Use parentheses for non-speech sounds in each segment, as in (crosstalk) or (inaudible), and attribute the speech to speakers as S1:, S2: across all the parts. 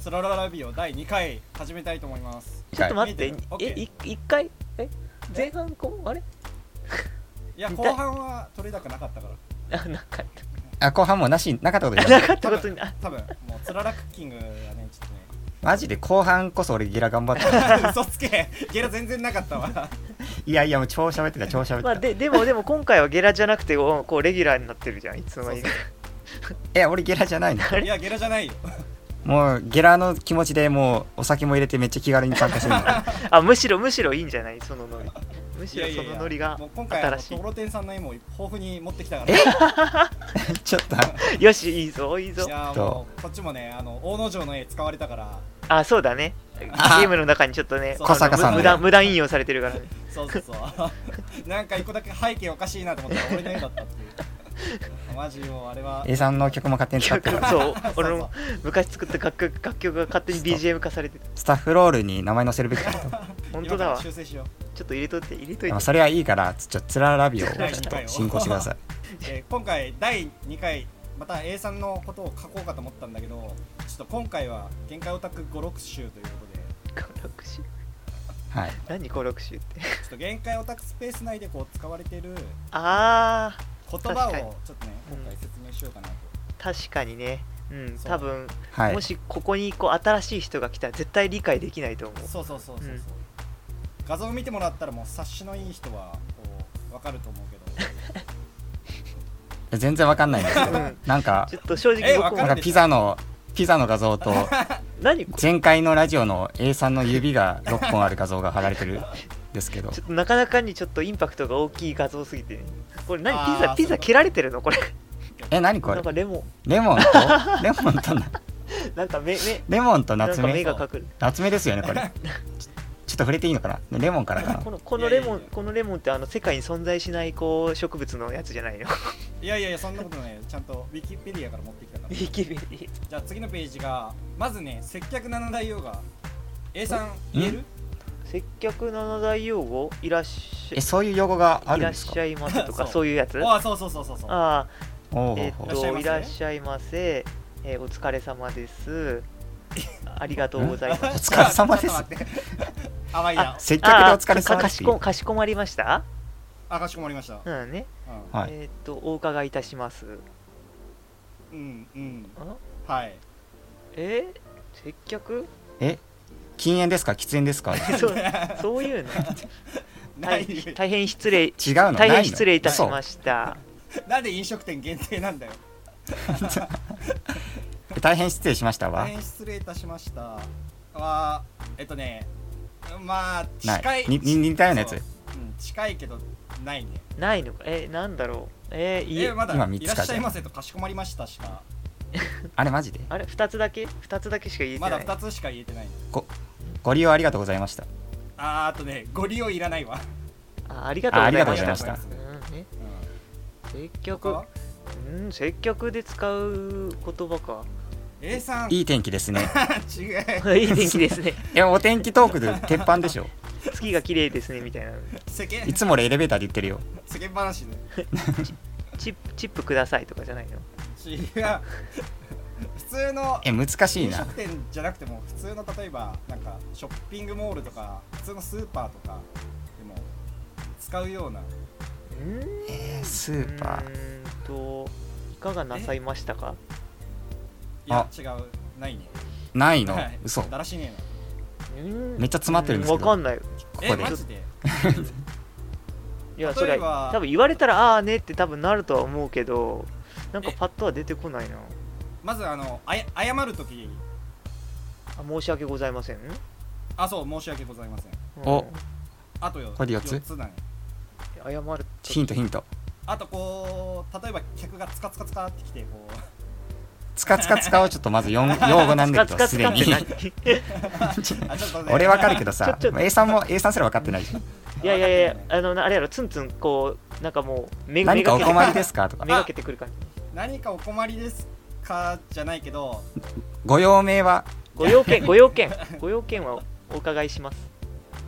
S1: スラララビオ第2回始めたいと思います
S2: ちょっと待っ
S1: 見
S2: て
S1: て、る
S2: え、い一回え前半こうあれ (laughs)
S1: いや
S2: 見
S1: 後
S2: たい
S1: 半は取れ高なかったから
S2: あ、なかった。
S3: あ後半もうなしなかったことに
S2: あ
S3: な
S2: な
S3: る
S2: かったことにな。
S1: 多分もうつららクッキングがねちょっとね
S3: マジで後半こそ俺ゲラ頑張
S2: (laughs)
S3: ってた
S1: 嘘つけゲラ全然なかったわ
S3: いやいやもう超喋ってた超喋ってた、
S2: (laughs) まあ、ででも、でも今回はゲラじゃなくて、おこうレギュラーになってるじゃん、いつの間にか。
S3: え俺ゲラじゃないの
S1: いやゲラじゃないよ
S3: もうゲラの気持ちでもうお酒も入れてめっちゃ気軽に参加
S2: (laughs)
S3: するの
S2: あ、むしろむしろいいんじゃないそのノリ。む
S1: い
S2: し
S1: や
S2: ろ
S1: い
S2: そ
S1: やい
S2: の
S1: や
S2: ノリが
S1: もう今回あの
S2: 新し
S1: と
S2: い
S1: こ。ろてんさんの絵も豊富に持ってきたから
S3: え
S1: い
S3: ちょっと
S2: よし、いいぞ、いいぞ。
S1: やもうこっちもねあの大野城の絵使われたから
S2: あ、そうだね。
S3: あ
S2: ゲームの中にちょっとね、
S1: そう
S2: あの
S3: 小坂さん
S2: む無断無断引用されてるからね。
S1: そうそうそう
S2: (laughs)
S1: なんか一個だけ背景おかしいなと思ったら俺の絵だったっていうマジよあれは
S3: A さんの曲も勝手に
S2: (laughs)
S3: 使 (laughs) って
S2: 曲
S3: る
S2: そう
S1: そう、
S2: 俺も昔作った楽曲楽曲が勝手に BGM 化されてた。
S3: スタッフロールに名前載せるべきだと
S2: 本当だわ。
S1: 今から
S2: ちょ
S1: 修正しよ、
S2: っと入れといて、入れとい
S3: で
S2: て (laughs)
S3: も。それはいいからちょっとつらラビオをちょっと進行してくださいう
S1: えー今回第2回また A さんのことを書こうかと思ったんだけどちょっと今回は限界オタク56集ということで
S2: 五六集
S3: はい
S2: 何五六集って。
S1: ちょっと限界オタクスペース内でこう使われてる
S2: あー、
S1: 言葉を
S2: 確かに
S1: ちょっとね今回説明しようかなと、
S2: 確かにね。うん、
S1: そう
S2: 多分、
S3: はい
S2: もしここにこう新しい人が来たら絶対理解できないと思う。
S1: そうそうそうそうそう、
S2: うん
S1: 画像見てもらったらもう察しのいい人はこう分かると思うけ (laughs) ど
S3: 全然わかんないんですけど
S2: うん
S3: なんか
S2: ちょっと正
S1: え
S2: 直僕
S1: わ
S3: なん
S1: る
S3: か
S2: も
S1: でしょ
S3: ピザのピザの画像と
S2: 何こ
S3: 前回のラジオの A さんの指が6本ある画像が貼られてるんですけど
S2: ちょっとなかなかにちょっとインパクトが大きい画像すぎてねこれ
S1: あ
S2: 何
S1: ー
S2: ピ
S1: そ
S2: ザピ
S1: ういう
S2: ザ
S1: こと
S2: 切られてるのこれ
S3: え何こ
S2: な
S3: れ
S2: んかレモ
S3: レモンとレモンとな
S2: ンなんか目
S3: レモンと
S2: 目なん
S3: 夏
S2: か目
S3: 目
S2: が隠れる
S3: 夏目ですよねこれちょ
S2: (laughs)
S3: ちょっと触れていいのかなレモンからかな
S2: このこのレモ
S1: いやいや
S2: ン
S1: いや
S2: このレモンってあの世界に存在しないこう植物のやつじゃな
S1: (laughs)
S2: いの
S1: いやいやいやそんなことねちゃんとウィキペディアから持ってきたから
S2: ビキビキ
S1: じゃあ次のページがまずね接客七大王が A さん言える
S2: 接客七大用語いらっし
S3: え
S2: ゃ
S3: そういう用語があ
S2: い
S3: るん
S2: らっ
S3: です
S2: し
S3: か
S2: ゃいませと
S1: (laughs) そ
S2: か
S1: う
S2: そういうやつあ
S1: ああそうそうそうそうそう
S2: あ
S3: お
S2: ー
S3: う
S2: え
S3: お
S2: っ
S3: うおう
S2: とい
S1: い
S2: ら
S1: ら
S2: っ
S1: っ
S2: しゃいませえーお疲れ様です
S3: (laughs)
S2: ありがとうございます
S3: お疲れ様です
S1: ちょっと待ってあまあいいや
S2: あ
S3: 接客でお疲れ様です
S2: あかかしこかしこまりました
S1: あかしこまりました
S2: うんね
S1: う
S3: はい
S2: えーっとお伺いいたします
S1: んうんうん
S2: あ
S1: はい
S2: えー、接
S3: (laughs)
S2: 客
S3: え禁煙ですか喫
S2: (laughs)
S3: 煙ですか違う
S2: そうそういう
S3: (laughs)
S2: の
S1: な
S2: はいい大変失礼
S3: の
S2: 大変失礼いたしま
S3: し
S2: した
S1: (laughs) なんで飲食店限定なんだよ
S3: た大変失礼しましたわ
S1: 大変失礼いたしましたはえっとねまあ
S3: な
S1: 近
S3: い
S1: い
S3: にに似たようなやつ
S1: そううん近いけどないね
S2: ないのかえなんだろうえー、い
S1: えまだ
S3: 今
S1: い
S3: 三つ
S1: ら
S3: か
S1: っしゃいませとかしこまりましたしか
S3: あれマジで
S2: あれ二つだけ二つだけしか言えてな
S1: ま
S2: い、
S1: だ2つしか言えてない
S3: ご利用ありがとうございました
S1: あーあとねご利用いらないわ
S2: あありがとうございまし
S3: あ
S2: た
S3: りがとうございました
S2: うんね、
S1: うん
S2: 接
S1: 他
S2: 客
S1: は
S2: うん接客で使う言葉か
S1: A さ (laughs) ん違
S3: いい天気ですね
S1: う
S3: (laughs)
S2: いい天気ですね
S3: いやお天気トークで鉄板でしょ
S2: (laughs) 月が綺麗ですねみたいない
S1: 世間
S3: いつも俺エレベーターで言ってるよ
S1: 世間話で
S2: チップチップくださいとかじゃないの
S1: 違う (laughs) 普通の
S3: え難しい
S1: 飲
S3: な
S1: 食店じゃなくても普通の例えばなんかショッピングモールとか普通のスーパーとかでも使うような
S2: うん
S3: えースー
S2: う
S3: パー
S2: ーんといかがなさいましたか
S1: いや違うないね
S3: ないの
S1: はい
S3: 嘘
S1: だらしね
S2: うん
S3: めっちゃ詰まってるんですけど
S2: うわかんない
S3: こ
S1: え
S3: こ
S1: なえ
S3: で
S1: マジで
S2: いや
S1: 例えば
S2: それは多分言われたらああーねって多分なるとは思うけどなんか
S1: え
S2: パッとは出てこないな
S1: まずあのあや謝るとき
S2: あ申し訳ございません、うん
S1: あそう申し訳ございません
S3: お
S1: あとよ
S3: これで四つ
S1: 四つだね
S2: 謝ると
S3: ヒントヒント
S1: あとこう例えば客がつかつかつかってきてこ
S3: (laughs)
S1: う
S3: つかつかつかをちょっと
S2: (laughs)
S3: まず用用語なん
S2: つ
S3: だ
S2: か
S3: け
S2: つ
S3: ど
S2: か
S3: す
S2: つ
S3: で
S2: かっ
S3: に
S2: て何
S1: あちょっとね
S3: 俺
S1: (laughs)
S3: わかるけどさ
S2: ちょちょ
S3: A さんも A さんすら分かってないじゃん
S2: (laughs) いやいやいやあのなあれやろツンツンこうなんかもう目
S3: 何かお
S2: 目が
S3: 困り
S2: けて
S3: ですかとか
S2: 目がけてくる感じ
S1: 何かお困りですかじゃないけど
S3: ご用命は
S2: ご用件ご用件ご用件はお伺いします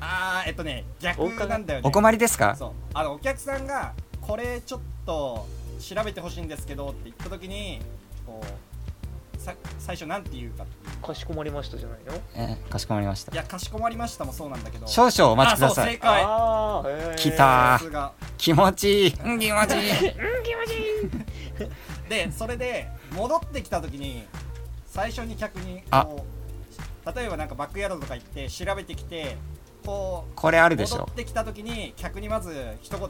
S1: あーえっとね逆なんだよね
S3: お困りですか
S1: そうあのお客さんがこれちょっと調べてほしいんですけどって言った時にこうさ最初なんて言うかっていう
S2: かしこまりましたじゃないの
S3: えーかしこまりました
S1: いやかしこまりましたもそうなんだけど
S3: 少々お
S1: お
S3: 待ちくだ
S1: あ
S3: さ
S1: そう正
S3: い
S1: 解
S2: ああへー
S3: 来た
S1: さすが
S3: 気持ちいいうん気持ちい
S2: うん
S3: い
S2: 気持ちいい
S1: でそれで戻ってきた時に最初に客に
S3: あ
S1: こう例えばなんかバックヤードとか行って調べてきてこう
S3: これあるでし
S1: 戻
S3: ょ
S1: ってきた時に客にまず一言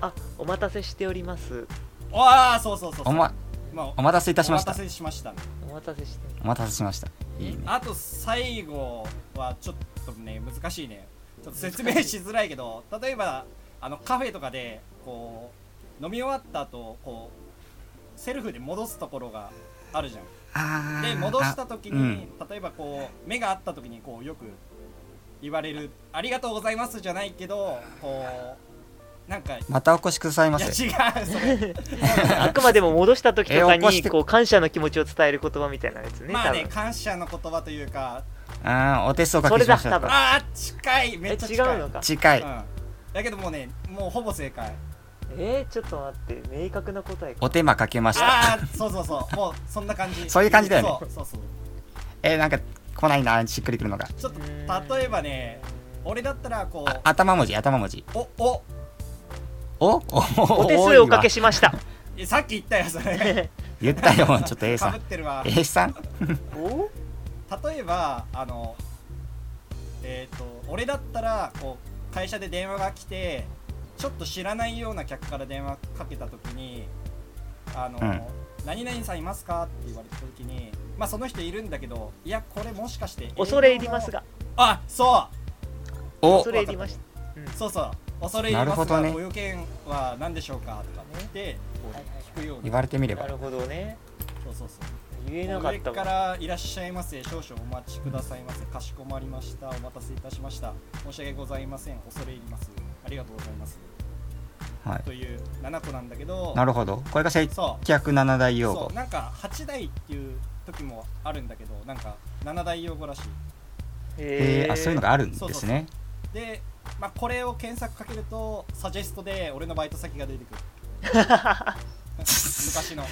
S2: あお待たせしております
S1: ああそうそうそうそ
S3: お
S1: う
S3: ま
S1: まあ
S3: お待たせいたしまし
S1: お
S3: た
S1: 待たせしましたね
S2: お待たせして
S3: お待たせしましたいいね
S1: あと最後はちょっとね難しいねちょっと説明しづらいけど例えばあのカフェとかでこう飲み終わった後こうセルフで戻すところがあるじゃん
S3: あー
S1: で戻した時に、
S3: うん
S1: 例えばこう目が合った時にこうよく言われる「ありがとうございます」じゃないけどこうなんかい
S3: またお越しくださいま
S1: や違
S3: せ
S1: うそれ
S2: あくまでも戻した時とか
S3: え起こし
S2: に
S3: て
S2: こう感謝の気持ちを伝える言葉みたいなやつね
S1: まあ
S2: 多
S1: ね
S2: 分
S1: 感謝の言葉というか
S3: あーお手数をおか
S2: それ
S3: けしま
S2: だ
S3: した
S2: 多分
S1: あー近いめ
S2: え
S1: っちゃ
S2: 違
S1: 近いう
S2: のか
S3: 近い
S1: うん、だけどもうねもうほぼ正解
S2: えー、ちょっと待って明確な答えか
S3: お手間かけました
S1: ああそうそうそうもうそんな感じ
S3: そういう感じだよね
S1: そうそうそう
S3: えーなんか来ないなしっくりくるのが
S1: ちょっと例えばね俺だったらこ
S3: あ
S1: う
S3: 頭文字頭文字
S1: おお
S3: おお
S2: お手
S3: 多
S2: 数
S3: い
S2: を
S3: わ
S2: おかけしました
S1: えさっき言ったよそれ
S3: 言ったよ (laughs) ちょっと A さ
S1: かぶっ
S3: ん
S1: てるわ
S3: A さん
S2: お
S1: 例えばあのえっ、と俺だったらこう会社で電話が来てちょっと知らないような客から電話かけた時に「あの
S3: うん
S1: 何々さんいますか?」って言われた時にまあその人いるんだけどいやこれもしかして
S2: 恐れ入りますが
S1: あそ
S3: お
S2: 恐れ入りました
S1: うそうそう恐れ入り
S3: なる
S1: ま
S3: ほ
S1: すが、
S3: どね
S1: ご用件は何でしょうかとかってこ
S2: はいはいう
S1: 聞くよう
S3: 言
S1: な
S3: われてみれ
S2: な
S3: ば
S2: るほどね
S1: そうそうそう
S2: 言えなかっ
S1: 上
S2: た
S1: か
S2: わ
S1: らいらっしゃいませ少々お待ちくださいませかしこまりましたお待たせいたしました申し訳ございません恐れ入りますありがとうございます
S3: はい
S1: という7個なんだけど
S3: なるほどこれが接
S1: そう
S3: 客7大用
S1: そ
S3: 語
S1: うなんか8台っていう時もあるんだけどなんか7台用語らしい
S3: えー、あそういうのがあるん
S1: そう
S3: で
S1: そう
S3: す
S1: そう
S3: ね
S1: で、まあ、これを検索かけるとサジェストで俺のバイト先が出てく
S3: (laughs)
S1: る昔の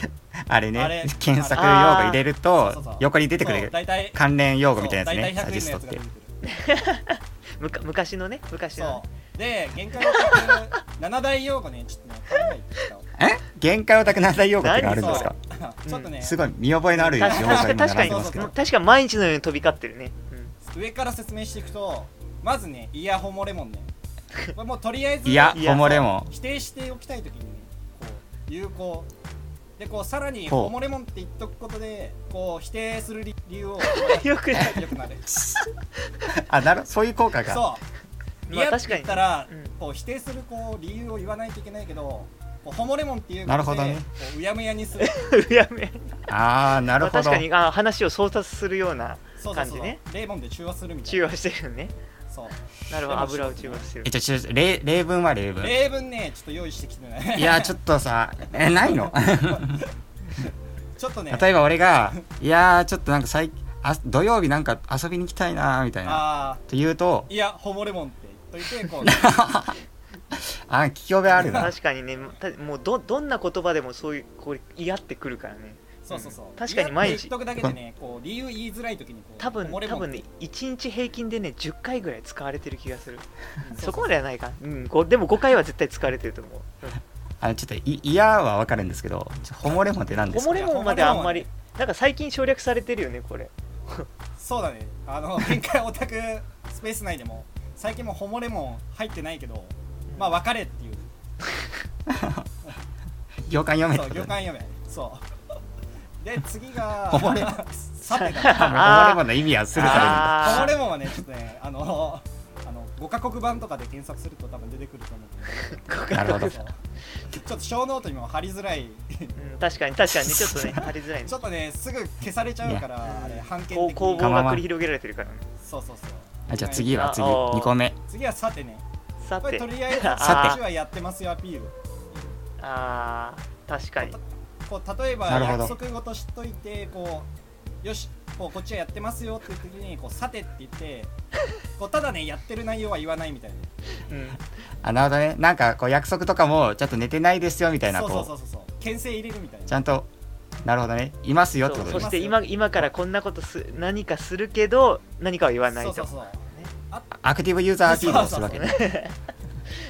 S3: あれね
S1: あれ
S3: 検索用語入れると
S1: そうそうそう
S3: 横に出てく
S1: そう
S3: る
S1: 大体
S3: 関連用語みたいなやつね
S1: そう
S3: サ
S1: 大体100
S3: ジェスト
S1: 円の
S3: っ
S1: やつが出て
S3: て
S1: くる
S2: むか昔のね昔のね
S1: そうで限界を超える7大用語ねちょっとね考えてきたわ
S3: え限界オタク7大用語っていうのあるん
S2: 何
S3: ですか
S1: そうちょっとね、
S3: すごい見覚えのある用語が
S2: 確
S3: 今
S2: か
S3: 並ん
S2: に
S3: でますけ
S1: そう
S3: ど
S2: 確かに毎日のように飛び交ってるね、
S1: 上から説明していくとまずねイヤホモレ
S3: (laughs)
S1: モンねこれもうとりあえず
S3: いや
S2: いや
S3: ホモレモ
S1: 否定しておきたいときにねこう有効でこうさらに
S3: ほう
S1: ホモレモンって言っとくことでこう否定する理理由を
S2: うん、よく (laughs) ない
S1: よくなる
S3: ンあなるそういう効果が
S1: そう
S2: ま
S1: 嫌
S2: あ
S1: って
S2: 確か
S1: 言
S2: に
S1: ったら、
S2: うん
S1: こう否定するこう理由を言わないといけないけどこうホモレモンっていうことで
S3: なるほどね
S1: こううやむやにする
S2: (laughs) うやめ
S3: ああな
S2: ま
S3: る
S2: あ
S3: ほ
S2: 確
S3: ど
S2: かにあ話を操作するような
S1: そうそう
S2: 感
S1: そ
S2: じ
S1: う、
S2: ね
S1: レーモンで中和するみたい
S2: 中
S1: な
S2: 和してるね
S1: そう
S2: なるほど油を中和してる
S3: えちょちょ例例文は例文
S1: 例文ねちょっと用意してきてない
S3: いやちょっとさえないの
S1: ちょっとね
S3: 例えば俺がいやーちょっとなんか最あ土曜日なんか遊びに行きたいなーみたいなっ
S1: あ
S3: て言うと
S1: ーいやホモレモンって言っといてこ
S2: (laughs)
S1: う
S3: あー聞き覚えあるな
S2: 確かにねたもうどどんな言葉でもそういうこれ嫌ってくるからね
S1: そうそうそう
S2: 確かに毎日
S1: いやって言っとくだけでねこう理由言いづらい時にこう
S2: 多分
S1: ホモレ
S2: 多
S1: モン
S2: 分ね1日平均でね10回ぐらい使われてる気がする
S1: うん
S2: そこまではないか、うん、ごでも5回は絶対使われてると思う
S3: あのちょっといいやーはわかるんですけどちょホモレモンって何で
S2: ホ
S3: すか
S2: モレモンまであんまりなんか最近省略されてるよねこれ
S1: そうだねあ
S2: (laughs)
S1: の限界オタクスペース内でも最近もうホモレモン入ってないけどまあ分かれっていう
S3: 行間読め
S1: そう
S3: って
S1: 魚
S3: ことね
S1: 介嫁そうで次が
S3: ホモレモン
S1: さ
S3: (laughs)
S1: てが
S3: 多分ホモレモンの意味はするた
S1: ホ
S2: あ
S1: モレモンはねちょっとねあのあの5カ国版とかで検索すると多分出てくると思うけど
S3: めになるほど
S1: そうちょっと小ノートにも貼りづらい
S2: (laughs)
S1: (laughs)
S2: うん、確かに確かにねちょっとね貼りづらいね
S1: ちょっとねすぐ消されちゃうからあれ判決的
S2: こう
S1: に
S2: 攻防が繰り広げられてるからね
S1: そうそうそう
S3: あじゃあ次は次
S2: あー
S3: 2個目
S1: 次はさてね
S2: さ
S1: これ
S2: て
S1: とりあえず
S2: あ
S1: こっちはやってますよアピール
S2: あー確かに
S1: こう例えば
S3: なるほど
S1: 約束事しといてこうよしこうこっちはやってますよっていう時にこうさてって言
S3: (laughs)
S1: ってこうただねやってる内容は言わないみたいな
S2: うん
S3: あなるほどねなんかこう約束とかもちょっと寝てないですよみたいな
S1: そうそうそ
S3: こ
S1: うそうそう牽制入れるみたいう
S3: ち
S1: な
S3: ゃんとなるほどねいますよって
S2: そ
S3: こ
S2: うそ
S3: とで
S1: う
S3: す
S2: して今今からこんなことす何かするけど何かは言わない
S1: そう
S2: と
S1: そうそう
S3: アクティブユーザーアピールをするわけね (laughs)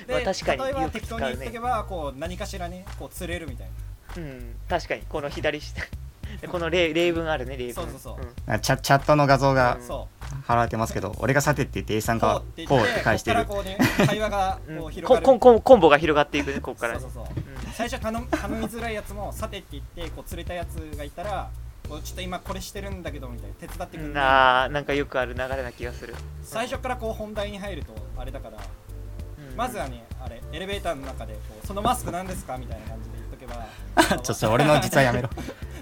S1: で
S2: まあ確かに
S1: 例えば
S2: よく
S1: 適
S2: 使
S1: 当
S2: う
S1: に
S2: ね
S1: 言ってけばこう何かしらねこう釣れるみたいな
S2: うん、確かにこの
S1: (laughs)
S2: 左下この例例文あるね例文
S1: そうそうそうん
S3: あチャチャットの画像が
S2: うん
S1: そう
S3: 貼られてますけど俺がさてって言って A さんが
S1: こうって言
S3: こう
S1: っ
S3: って
S1: て
S3: 返してる
S1: こっからこうね会話
S3: (laughs)
S1: がこう
S2: うん、
S1: 広が
S2: こ
S1: る
S2: こんこんコンボが広がっていく
S1: (laughs)
S2: ねここからね
S1: そうそうそう
S2: うん
S1: 最初頼む頼みづらいやつもさてって言ってこう釣れたやつがいたらこうちょっと今これしてるんだけどみたいな手伝ってく
S2: うんん、
S1: ない
S2: あーなんかよくある流れな気がする、
S1: 最初からこう本題に入るとあれだから
S2: うん
S1: まずはねあれエレベーターの中でこうそのマスクなんですかみたいな感じで言っとけば
S2: (laughs)
S3: ちょっとそれ俺の実はやめろ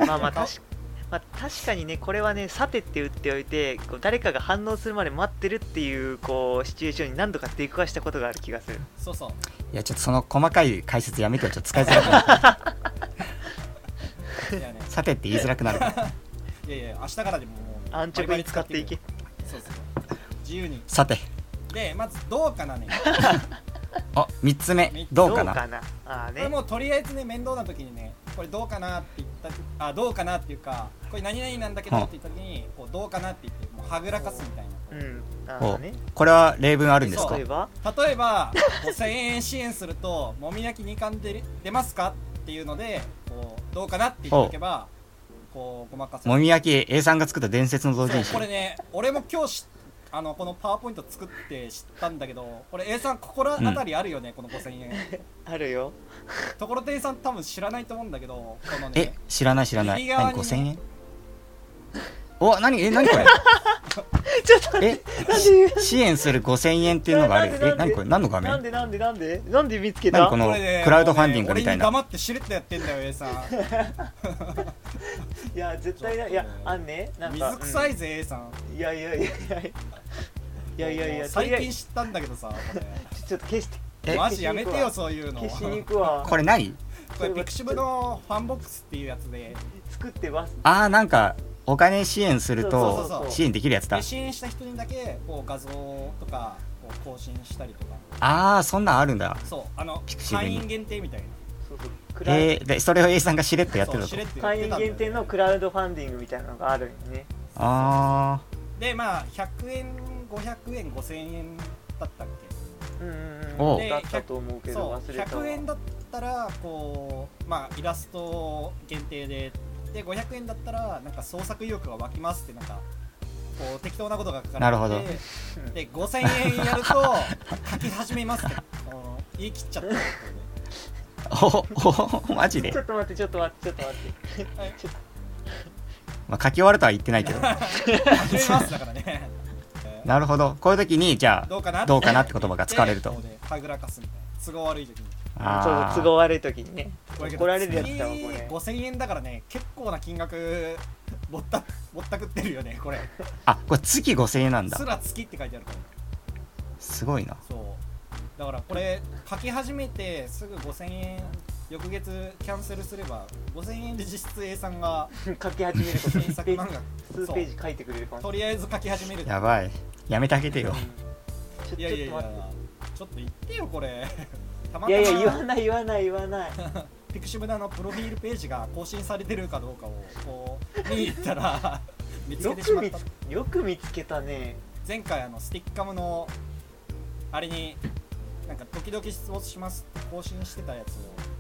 S2: まあまあ確かまあ、確かにねこれはねさてって打っておいてこう誰かが反応するまで待ってるっていうこうシチュエーションに何度か出くわしたことがある気がする
S1: そうそう
S3: いやちょっとその細かい解説やめてよちょっと使いづらくなる
S1: いやね
S3: さてって言いづらくなるから
S1: いやいや明日からでももう
S2: 安直に使っていけ
S1: そうそう自由に
S3: さて
S1: でまずどうか
S2: (laughs)
S1: なね
S3: あ3つ目どうかな
S2: ああ
S1: これ
S2: ね
S1: もうとりあえずね面倒な時にねこれどうかなって言った時あどうかなっていうかこれ何々なんだけどって言った時にこうどうかなって言ってもうはぐらかすみたいな
S2: うんあ
S3: お
S2: あね
S3: これは例文あるんです
S1: そう
S3: か
S2: 例えば
S1: 例えば5000円支援するともみ焼き2貫で出ますかっていうのでこうどうかなって言っておけばこうごまかせる
S3: もみ焼き A さんが作った伝説の同人誌
S1: そうこれね俺も今日しあのこのパワーポイント作って知ったんだけどこれ A さんここら辺りあるよね、この5000円
S2: あるよ
S1: ところてんさん多分知らないと思うんだけどこの
S3: え
S1: ね
S3: 知らない知らない
S1: 右側
S3: 何
S1: にね
S3: 5000円お何え何これ
S2: ちょっと待っ
S3: え
S2: てなんで
S3: 支援する5000円っていうのがある
S2: なんで
S3: え
S2: なんで
S3: 何これ何の画
S2: なん
S3: 面
S2: でなんでなんでなんで見つけ
S3: 何
S2: た
S3: この
S1: これね
S3: クラウドファンディングみたいな
S1: もうね俺に黙ってしれっとやってんだよ A さん
S2: いや絶対ないいやあんねなんか
S1: 水臭いぜ、A さん
S2: うんいやいやいやいやいやいやい
S1: もう
S2: やと
S1: 最
S2: りあえ
S1: 近
S2: ず
S1: 知ったんだけどさこ
S2: ちょっと消して
S1: れ
S3: え
S1: マジやめてよそういうの
S2: 消しに行くわ
S3: これ何
S1: これピクシブのファンボックスっていうやつで
S2: 作ってます
S3: あーなんかお金支援する
S1: そうそう
S3: と
S1: そう
S3: 支援できるやつだ
S1: で支援した人にだけこう画像とかこう更新したりとか
S3: あーそんなんあるんだ
S1: そうあの
S3: ピクシブに
S1: 会員限定みたいな
S2: そうそうクラウ
S3: えー、でそれを A さんがしれっとやって
S1: そう
S3: る
S1: し
S3: と
S1: れっとやっ
S2: 会
S1: て
S2: 員
S1: たんだよ
S2: 限定のクラウドファンディングみたいなのがあるんね
S3: あ
S1: でまあ100円500円5000円だったっ
S2: うんうん
S3: おう
S2: うんだったと思うけ
S1: け
S2: ど
S1: そう
S2: 忘れたわ
S1: 100円だったらこうまあイラスト限定でで500円だったらなんか創作意欲が湧きますってなんかこう適当なことが書かれてて
S3: なるほど
S2: うん
S1: で5000円やると書き始めますってあの言い切っちゃったんだよね
S3: ーおおマジで
S2: ちょ、っと待ってちょっと待ってちょっと待って
S1: はい
S2: ちょっ
S3: まあ、書き終わるとは言ってないけど
S1: 始めますだから
S3: (laughs)
S1: ねえー
S3: なるほどこういう時にじゃ
S1: どうかな
S3: あどうかなって言葉が使われると
S1: そうねはぐらかすみたいな都合悪い時に
S2: とそう
S3: あ
S2: そう都合
S3: ー
S2: 悪い時にね怒られるやつだわこ
S1: 月
S2: れ
S1: 5000円だからね結構な金額ぼったぼったくってるよねこれ
S3: あこれ月5000円なんだ
S1: すら月って書いてあるから
S3: すごいな
S1: そうだからこれ書き始めてすぐ5000円翌月キャンセルすれば5000円で実質 A さんが
S2: (laughs) 書き始めること
S1: 原
S2: に
S1: 作
S2: ペー
S1: 漫
S2: ジ (laughs)
S1: 画
S2: 数ページ書いてくれる
S1: そ
S2: か
S1: う
S2: も
S1: とりあえず書き始める
S3: やばいやめてあげてよ
S2: ちょ
S1: いやいや
S2: ち
S1: い
S2: ょっと待
S1: やちょっと言ってよこ
S2: (laughs)
S1: れたま
S2: った
S1: ま
S2: ていやいや言わない言わない言わない
S1: ピクシブなのプロフィールページが更新されてるかどうかをこう見に行ったら (laughs) (laughs) 見つ
S2: よ
S1: けてし
S2: く
S1: まっ
S2: 見
S1: た
S2: つよく見つけたね
S1: 前回あのスティッカムのあれになんか時々出没しますって更新してたやつ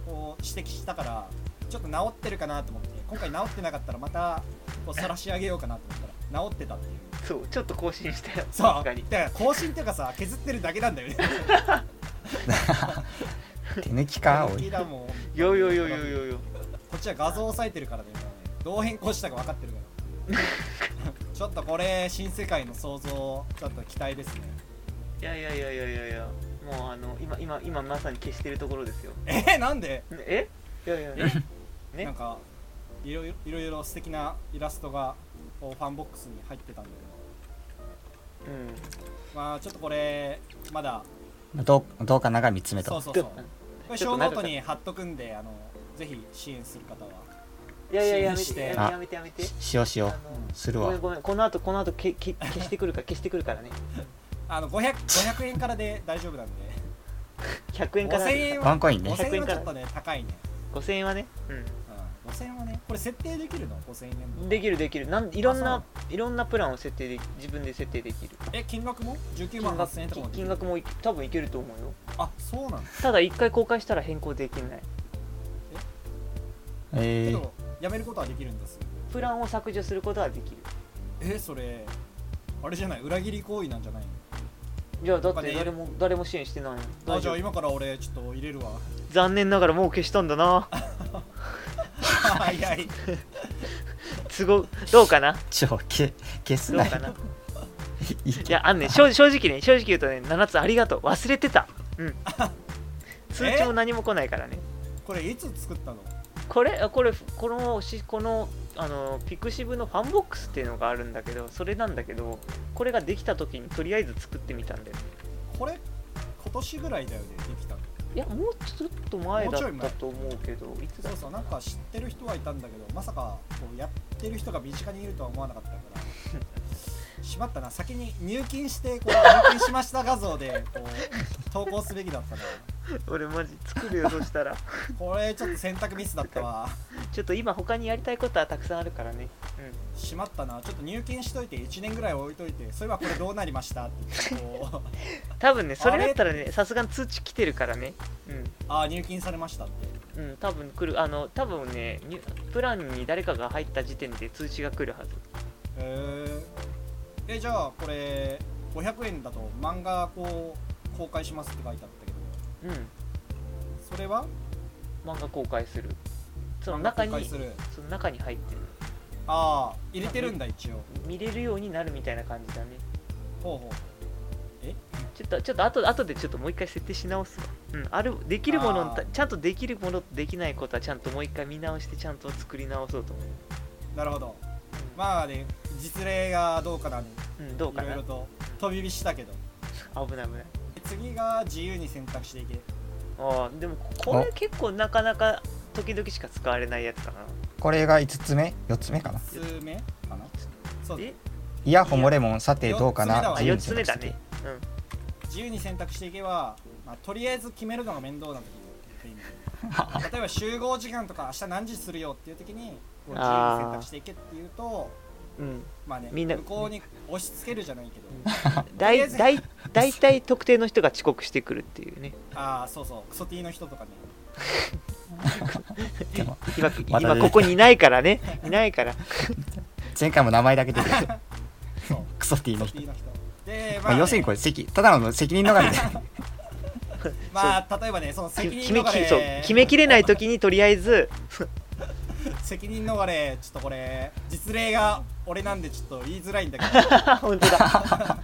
S1: をこう指摘したからちょっと治ってるかなと思って今回治ってなかったらまたこう晒し上げようかなと思ったら治ってたっていう
S2: そうちょっと更新したよ
S1: (laughs) そうだか
S2: 確かに
S1: ら更新っていうかさ削ってるだけなんだよね
S3: 手抜き
S1: (laughs)
S3: かお
S1: 本気
S3: い
S1: だもん
S2: よよよよよよ
S1: こっちは画像を押さえてるからねもうねどう変更したか分かってるからちょっとこれ新世界の想像ちょっと期待ですね
S2: いやいやいやいやいやいやもうあの今今今まさに消してるところですよ
S1: えなんで
S2: ねえいやいやいやね
S1: なんかいろいろいろいろ素敵なイラストがこうファンボックスに入ってたんだけ
S2: うん
S1: どまあちょっとこれまだ
S3: どうどうかなが3つ目
S1: そうそ
S3: と
S1: う
S2: で
S1: そう
S2: も
S1: これ
S2: ち
S1: ショ
S2: ょ
S1: ーノ
S2: っとなん
S1: ー
S2: か
S1: トに貼っとくんであのぜひ支援する方は、
S2: いやいややめ
S1: して
S2: てや
S3: あ
S2: めてやめて
S3: しようしよ
S2: あ
S3: う
S2: の
S3: する
S2: ご
S3: わ
S2: めんごめんこの後この後けけ消してくるから消してくるか
S1: (laughs)
S2: らね
S1: あの 500, 500円からで大丈夫なんで
S2: 100円から
S1: 5000円
S3: ワンコインね
S1: 5000円は
S2: 100
S1: ちょっとね高いね、
S2: 5000円はねうん
S1: うん、 5000円はねこれ設定できるの5000円の
S2: できるできるなんいろん
S1: あ
S2: な、いろんなプランを設定でき自分で設定できる
S1: え金額も19
S2: 金
S1: 万
S2: 額
S1: 8000円とかもでき
S2: 金
S1: る
S2: 額もい多分いけると思うよ
S1: あそうなんだ
S2: ただ一回公開したら変更できない
S1: け
S3: えー、
S1: どやめることはできるんです
S2: プランを削除することはできる
S1: えそれあれじゃない裏切り行為なんじゃない
S2: じゃあだっ
S1: まあ
S2: て
S1: ね
S2: 誰も誰も支援してないの
S1: のあ
S2: 大
S1: じ
S2: 丈
S1: ゃ
S2: 夫
S1: あ今から俺ちょっと入れる
S2: (laughs)
S1: わ
S2: 残念ながらもう消したんだ (laughs) な
S1: 早い
S2: 都合どうかな
S3: ちょけ消す
S2: どう
S3: な
S2: かな
S3: いい
S2: いやあんね正正直ね正直言うとね7つありがとう忘れてたうん (laughs) 通知も何も来ないからね
S1: これいつ作ったの
S2: これあこれこのしこのあのピクシブのファンボックスっていうのがあるんだけどそれなんだけどこれができた時にとりあえず作ってみたんだよ
S1: これ今年ぐらいだよねできたの
S2: いやもうちょっと前だ
S1: もうちょ
S2: っ
S1: い前
S2: たと思うけどいつだ
S1: そうそうなんか知ってる人はいたんだけどまさかこうやってる人が身近にいるとは思わなかったからしまったな先に入金してこう入金しました画像でこう投稿すべきだったな
S2: 俺マジ作るよそしたら
S1: これちょっと選択ミスだったわ
S2: ちょっと今他にやりたいことはたくさんあるからね
S1: しまったなちょっと入金しといて1年ぐらい置いといてそういえばこれどうなりましたって言ってこう (laughs)
S2: うん多分ねそれだ
S1: あれ
S2: ったらねさすがに通知来てるからね
S1: ああ入金されましたって
S2: うんうん多分来るあの多分ねニュプランに誰かが入った時点で通知が来るはず
S1: えー、えじゃあこれ500円だと漫画こう公開しますって書いてあったけど
S2: うん
S1: それは
S2: 漫画公開するその中
S1: 公開
S2: に
S1: する
S2: その中に入ってる
S1: ああ入れてるんだ一応
S2: 見れるようになるみたいな感じだね
S1: ほうほう
S2: ちょっとちょっと後後でちょっともう一回設定し直すわうんあるできるもの
S1: あー
S2: ちゃんとできるものとできないことはちゃんともう一回見直してちゃんと作り直そうと思う、
S1: なるほど
S2: うん
S1: まあね実例がどうかなね
S2: うん、どう
S1: い
S2: か
S1: ろい
S2: な
S1: ろと飛び火したけど
S2: 危ない危ない
S1: 次が自由に選択していけ
S2: あーでもこれ結構なかなか時々しか使われないやつかな
S3: これが5つ目4つ目かな
S1: 数目かなそうだ
S2: え
S3: イヤホモレモンさてどうかな
S2: あ
S1: 自由
S2: 4
S1: に
S2: つ目だねうん
S1: 自由に選択していけば、まあ、とりあえず決めるのが面倒な時って
S2: (laughs)
S1: 意味で例えば集合時間とか明日何時するよっていう時にこう自由に選択していけっていうと
S2: うん、
S1: まあね
S2: みんな
S1: 向こうに押し付けるじゃないけど、
S2: だいだいだいたい特定の人が遅刻してくるっていうね
S1: ああそうそうクソ T の人とかね
S2: 今
S1: (laughs)
S3: また
S2: 今ここにいないからねいないから
S3: 前回も名前だけ出てきた
S1: そう
S3: クソティーの
S1: クソ
S3: 人
S1: T の人でま
S3: ま
S1: あ
S3: あ
S1: ね、
S3: 要するにこれ責ただの責任逃れで
S1: まあ例えばねその責任
S2: 決
S1: 逃
S2: め
S1: れ
S2: きそう決めきれない時にとりあえ
S1: (laughs)
S2: ず
S1: 責任逃れちょっとこれ実例が俺なんでちょっと言いづらいんだ
S2: (laughs)
S1: けど
S2: あ本当だ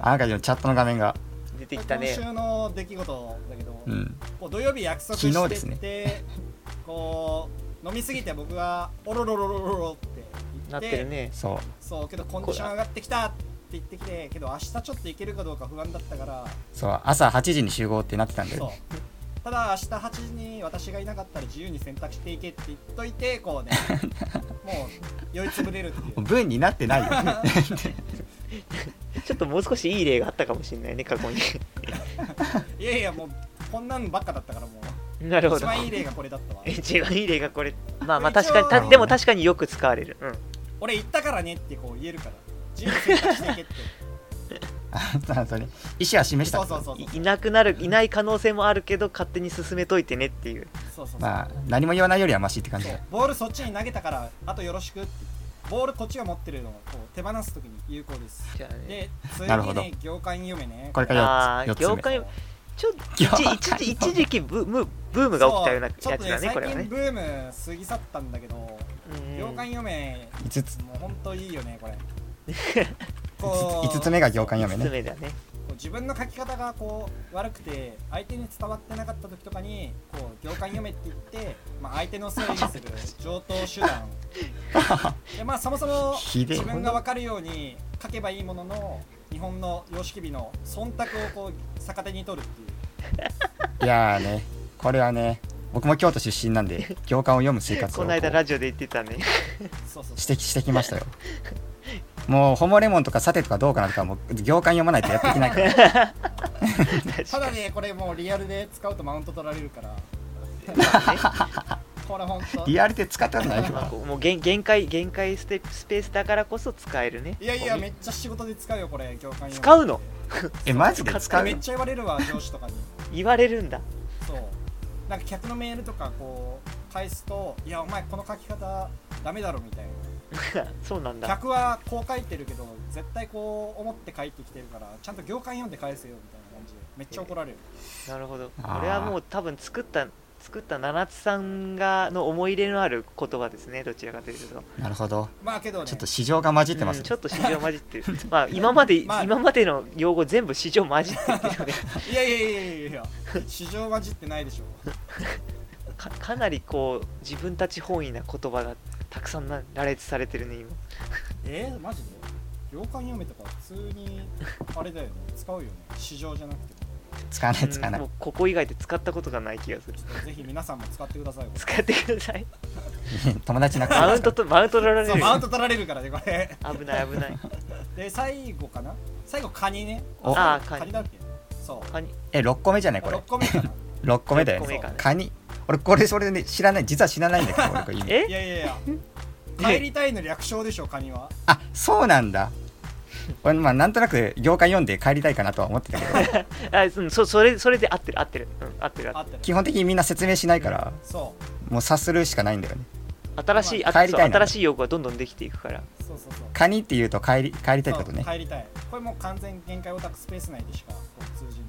S3: あなんか今チャットの画面が
S2: 出てきた
S1: 今
S2: ね
S1: 週の出来事だけど、
S3: うん
S1: こう土曜日約束
S3: 昨日
S1: し
S3: で
S1: て
S3: す
S1: て、
S3: ね
S1: こう飲みすぎて僕が「おろろろろろろ」って
S2: な
S1: 言
S2: っ
S1: って
S2: てるね
S3: そう
S1: そうけどコンディション上がってきたって言ってきてけど明日ちょっと行けるかどうか不安だったから
S3: そう朝8時に集合ってなってたんで (laughs)
S1: そうただ明日8時に私がいなかったら自由に選択していけって言っといてこうねもう酔いつぶれるって
S3: (laughs)
S1: いう
S3: 文になって
S1: (laughs)
S3: ないよ
S2: ちょっともう少しいい例があったかもしれないね過去に
S1: いやいやもうこんなんばっかだったからもう
S2: なるほ
S1: 一
S2: ど
S1: 番いい例がこれだったわ
S2: 一番いい例がこれまあまあ
S1: 一
S2: 確
S1: 応
S2: かにたでも確かによく使われるうん
S1: 俺行ったからねってこう言えるから自由に選択していけって
S3: あそれ意思は示した
S1: そうそうそうそう
S2: いいなくなるいない可能性もあるけど勝手に進めといてねっていう
S1: そうそうそう、
S3: まあ何も言わないよりはマシって感じ
S1: そう
S3: だ
S1: ボールそっちに投げたからあとよろしくってボールこっちが持ってるのをこう手放すときに有効です
S2: じゃあね
S1: でそれ
S3: なるほ
S1: に
S3: ど
S1: ね業界に読めね
S3: これから
S2: あ
S3: 四
S2: あ
S3: つ四つ
S2: 業
S3: 目
S2: 界ちょ一
S3: 業界の
S2: 一時一時期ブムブームが起きたようなやつ
S1: そうちょっとね
S2: だねこれは
S1: 最
S2: ね
S1: 近ブーム過ぎ去ったんだけど、
S2: うん
S1: 業界に読め
S3: 5つ
S1: もう本当いいよねこ
S2: (laughs)
S1: れこう
S3: 5つ目が行間読めね
S2: 爪だね
S1: こう自分の書き方がこう悪くて相手に伝わってなかった時とかにこう行間読めって言って、まあ、相手のせいにする上等手段
S3: (laughs)
S1: でまあそもそも
S3: ひでえ
S1: 自分が分かるように書けばいいものの日本の様式美の忖度をこう逆手に取るっていう
S3: いやーねこれはね僕も京都出身なんで
S2: (laughs)
S3: 行間を読む生活を
S2: こ
S3: こ
S2: の
S3: う
S2: 間ラジオで言ってた
S1: (laughs)
S2: ね
S1: そうそう
S3: 指摘してきましたよもうホモレモンとかさてとかどうかなんかもう行間読まないとやっていけないから
S2: (laughs) 確
S1: た
S2: か
S1: だねこれもうリアルで使うとマウント取られるから
S2: にね
S1: これ本当
S3: リアルで使ったことない
S2: まあ
S3: わ
S2: こうもう限限界限界ステスペースだからこそ使えるね
S1: いやいや
S2: こう
S1: めっちゃ仕事で使うよこれ業界用
S2: 使うの
S3: えマジで使う
S1: めっちゃ言われるわ上司とかに
S2: 言われるんだ
S1: そうなんか客のメールとかこう返すと「いやお前この書き方ダメだろ」みたい
S2: (laughs) そうなん
S1: な
S2: だ
S1: 客はこう書いてるけど絶対こう思って書いてきてるからちゃんと行間読んで返せよみたいな感じでめっちゃ怒られる
S2: なるほど
S3: あー
S2: これはもう多分作った作った七津さんがの思い入れのある言葉ですねどちらかというと
S3: なるほど
S1: まあけどね
S3: ちょっと市場が混じってます
S2: うん
S3: ね
S2: ちょっと市場混じ
S3: (laughs)
S2: ってるまあ今まで、
S1: まあ
S2: 今までの用語全部市場混じってるけどね
S1: いやいやいやいやいや市場混じってないでしょ
S2: (laughs) かかなりこう自分たち本位な言葉がたくさんな羅列されてるね今
S1: えー、マジで行間読めとか普通にあれだよね使うよね市場じゃなくても
S3: 使わない使わない、
S2: うんもうここ以外で使ったことがない気がする
S1: ちょっとぜひ皆さんも使ってくださいこれ
S2: 使ってください
S3: 友達なくて
S2: マウントとマウント取られ
S1: そう
S2: る
S1: マウント取られるからねこれ
S2: 危ない危
S3: (laughs)
S2: ない
S1: で最後かな最後カニね
S3: お
S2: あーカニ
S1: カニだっけそう
S2: カニ
S3: え6個目じゃないこれ
S1: 6個目
S2: (laughs)
S1: かな
S3: 6個目だよ
S2: 六個
S1: 目
S3: ね
S2: かね
S3: カニ俺これそれね知らない実は知らないんだ
S1: (laughs)
S3: けど俺これ今
S2: え
S1: いやいやいや帰りたいの略称でしょカニは
S3: あそうなんだ俺まあなんとなく業界読んで帰りたいかなとは思ってたけど
S1: (laughs)
S2: あうんそそれそれで合ってる合ってる、うん、合ってる合
S1: あ
S2: っ
S1: ってた
S3: 基
S1: ね
S3: 本的にみんな説明しないから
S1: そう
S3: もう察するしかないんだよね
S2: る新しいあ
S3: 帰り
S2: そ
S3: た
S2: う
S3: いな
S2: 新しい用語がどんどんできていくから
S1: そうそうそう
S3: カニっていうと帰り帰りたいってこと
S1: そう
S3: ね
S1: 帰りたいこれもう完全限界オタクスペース内でしかこう通じな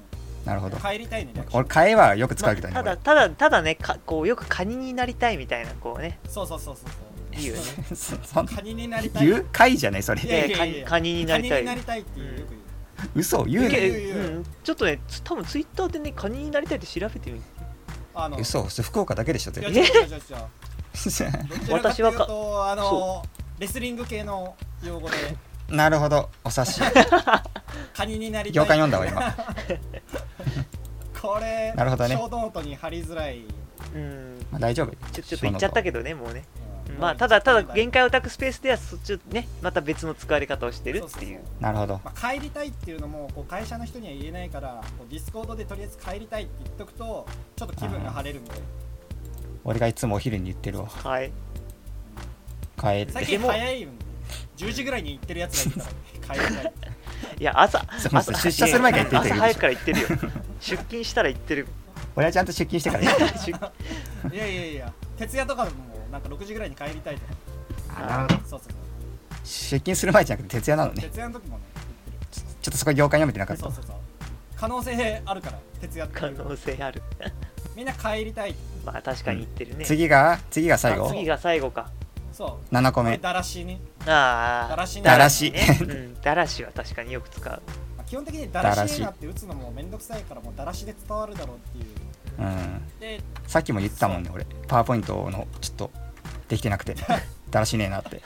S3: なるほど
S1: い帰りたいの略
S3: 俺
S1: 称
S3: 帰りはよく使
S2: ま
S3: う
S2: あ
S3: けどね、
S2: ただただただねかこうよくカニになりたいみたいなこうね
S1: そうそうそうそうそう
S2: いいよね
S3: 俺そそん
S1: カニになりたい
S3: 言う会じゃないそ
S1: いや
S3: れ
S1: いやいや
S2: カニカニになりたい
S1: カニになりたいっていうよく言う
S3: 嘘言う
S1: いやい
S3: ね
S1: やいや
S2: うん、ちょっとねつ多分ツイッターでねカニになりたいって調べてみ
S1: あの
S3: 嘘それ福岡だけでしょ
S1: い
S3: 絶
S1: や
S3: 対
S1: 違う違う違う違うどち
S2: 私
S1: ら
S2: は
S1: か
S2: か
S1: というとあの
S2: そ
S1: レスリング系の用語で
S3: (laughs) なるほどお察し
S1: カニになりたい
S3: 業界読んだわ今
S1: これ
S3: なるほどね
S1: ショートノートに貼りづらい、うん
S2: うん
S3: まあ大丈夫
S2: ちょちょっと言っちゃったけどねもうねまあ
S1: もう
S2: ただただ
S1: 限
S2: 限界オタクスペースではそっちをねまた別の使われ方をしてるっていう
S3: なるほど
S1: まあ、帰りたいっていうのもこう会社の人には言えないからこうディスコードでとりあえず帰りたいって言っとくとちょっと気分が晴れるんで
S3: 俺がいつもお昼に言ってるわ
S2: はい
S3: 帰る
S1: 最近早いんで10時ぐらいに行ってるやつがいるから帰りたい
S2: いや朝
S3: そう
S2: 朝
S3: そう出社する前から言ってる
S2: 朝早くから言ってるよ (laughs) 出勤したら言ってる (laughs)
S3: 俺はちゃんと出勤してから言う
S2: 出勤
S1: いやいやいや徹夜とかでもなんか6時ぐらいに帰りたいとか
S3: あなるほど
S1: そうそうそ
S3: 出勤する前じゃなくて徹夜なの
S1: う
S3: ね
S1: 徹夜の時もね
S3: ちょちょっとそこ業界読めてなかっ
S1: そう
S3: た
S1: そうそう可能性あるから徹夜ってい
S2: 可
S1: う
S2: 能性ある (laughs)
S1: みんな帰りたい
S2: まあ確かに言ってるね、
S3: 次が次が最
S1: あ
S3: 後
S2: 次が最後か
S1: そう
S3: 7個
S1: これ
S3: 目
S1: だらしね、
S2: ああ
S1: だらしね
S3: だらし
S2: ね (laughs) うん、だらしは確かによく使う
S1: まあ基本的にだらしねなって打つのもめんどくさいからもうだらしで伝わるだろうっていう
S3: うん
S1: で
S3: さっきも言ってたもんね俺パワーポイントのちょっとできてなくてだらしねえなって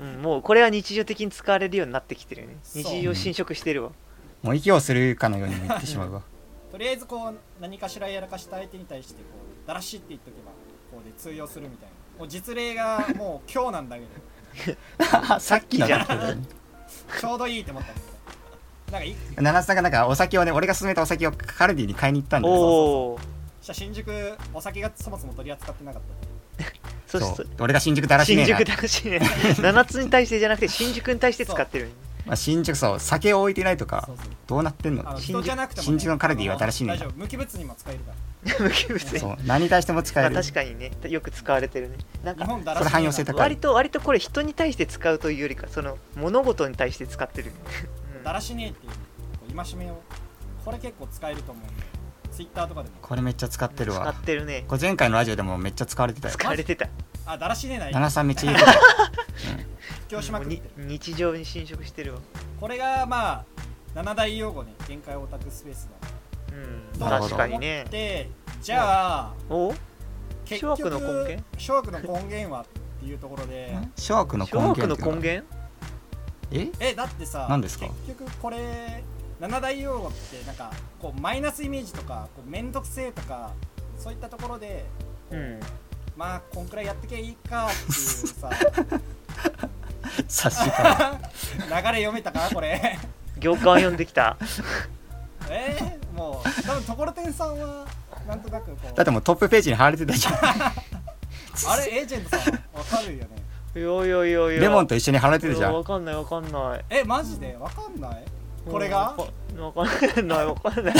S2: うん、もうこれは日常的に使われるようになってきてるよね
S1: そう
S2: 日常侵食してるわ
S3: もう息をするかのようにも言ってしまうわ
S1: とりあえずこう何かしらやらかした相手に対してこうだらしって言っとけばこうで通用するみたいなもう実例がもう今日なんだけど
S2: (laughs)
S3: さっきのだって
S1: ちょうどいいと思ったんだけどなんかい
S3: 七瀬さんがなんかお酒をね俺が勧めたお酒をカルディに買いに行ったんだよ
S2: おおー
S1: じゃあ新宿お酒がそもそも取り扱ってなかった
S2: そし
S3: そう俺が新宿だらしね
S2: 新
S3: えな
S2: 宿、だら
S3: (laughs)
S2: しね7つに対してじゃなくて新宿に対して使ってる
S3: まあ、新宿そう酒を置いてないとか
S1: そうそう
S3: どうなってん
S1: あ
S3: の
S1: の
S2: 新宿
S1: 人じゃなくても、ね、
S3: 新宿のカルディはだらしねえ
S1: 大
S3: な
S1: 丈夫無機物にも使えるから
S2: 無機物
S3: そう何に対しても使
S2: ま
S3: え
S2: あ
S3: る、
S2: 確かにねよく使われてるねなん
S1: 日
S2: か
S1: 本だらし
S3: それ汎用性
S1: ねえ
S3: 高い
S2: 割と割とこれ人に対して使うというよりかその物事に対して使ってる、う
S1: なんだらしねえっていうこう戒めをこれ結構使えると思うんでツイッターとかでも
S3: これめっちゃ使ってる
S2: 使
S3: わ
S2: ってるね
S3: これ前回のラジオでもめっちゃ使われてたよ
S2: 使われてた
S1: あだらしねえない
S3: 七瀬さんめっちゃ言ってたよ
S1: 布教しまくってる
S2: もうに日常に侵食してるわ
S1: これがまあ7大用語ね限界オタクスペース
S2: うん
S1: だ
S3: なるほ
S2: 確
S3: ど
S2: かにね
S1: でじゃあ
S2: お
S1: 結
S2: 諸
S1: 局
S2: 悪の根源
S1: 諸悪の根源はっていうところで
S3: 諸悪の根
S2: 諸
S3: 源
S2: 悪の
S3: っていう
S2: 根
S3: のが
S2: 源
S3: え
S1: えだってさ
S3: 何ですか
S1: 結局これ7大用語ってなんかこうマイナスイメージとかこう面倒くせえとかそういったところで
S2: うん
S1: まあこんくらいやってけいいかっていうさ
S3: 察しか
S1: 流れ読めたかこれ
S2: 行間を読んできた
S1: えー、もう多分ところてんさんはなんとなくこう
S3: だってもうトップページに貼られてたじゃん
S1: あれエージェントさんわかるよね
S2: いやいやいやいや
S3: (laughs) レモンと一緒に貼られてる
S2: い
S3: じゃ
S2: や
S3: ん
S2: わかんないわかんない
S1: えマジでわかんないこれが
S2: わかわかんないわか
S3: (laughs)
S2: んない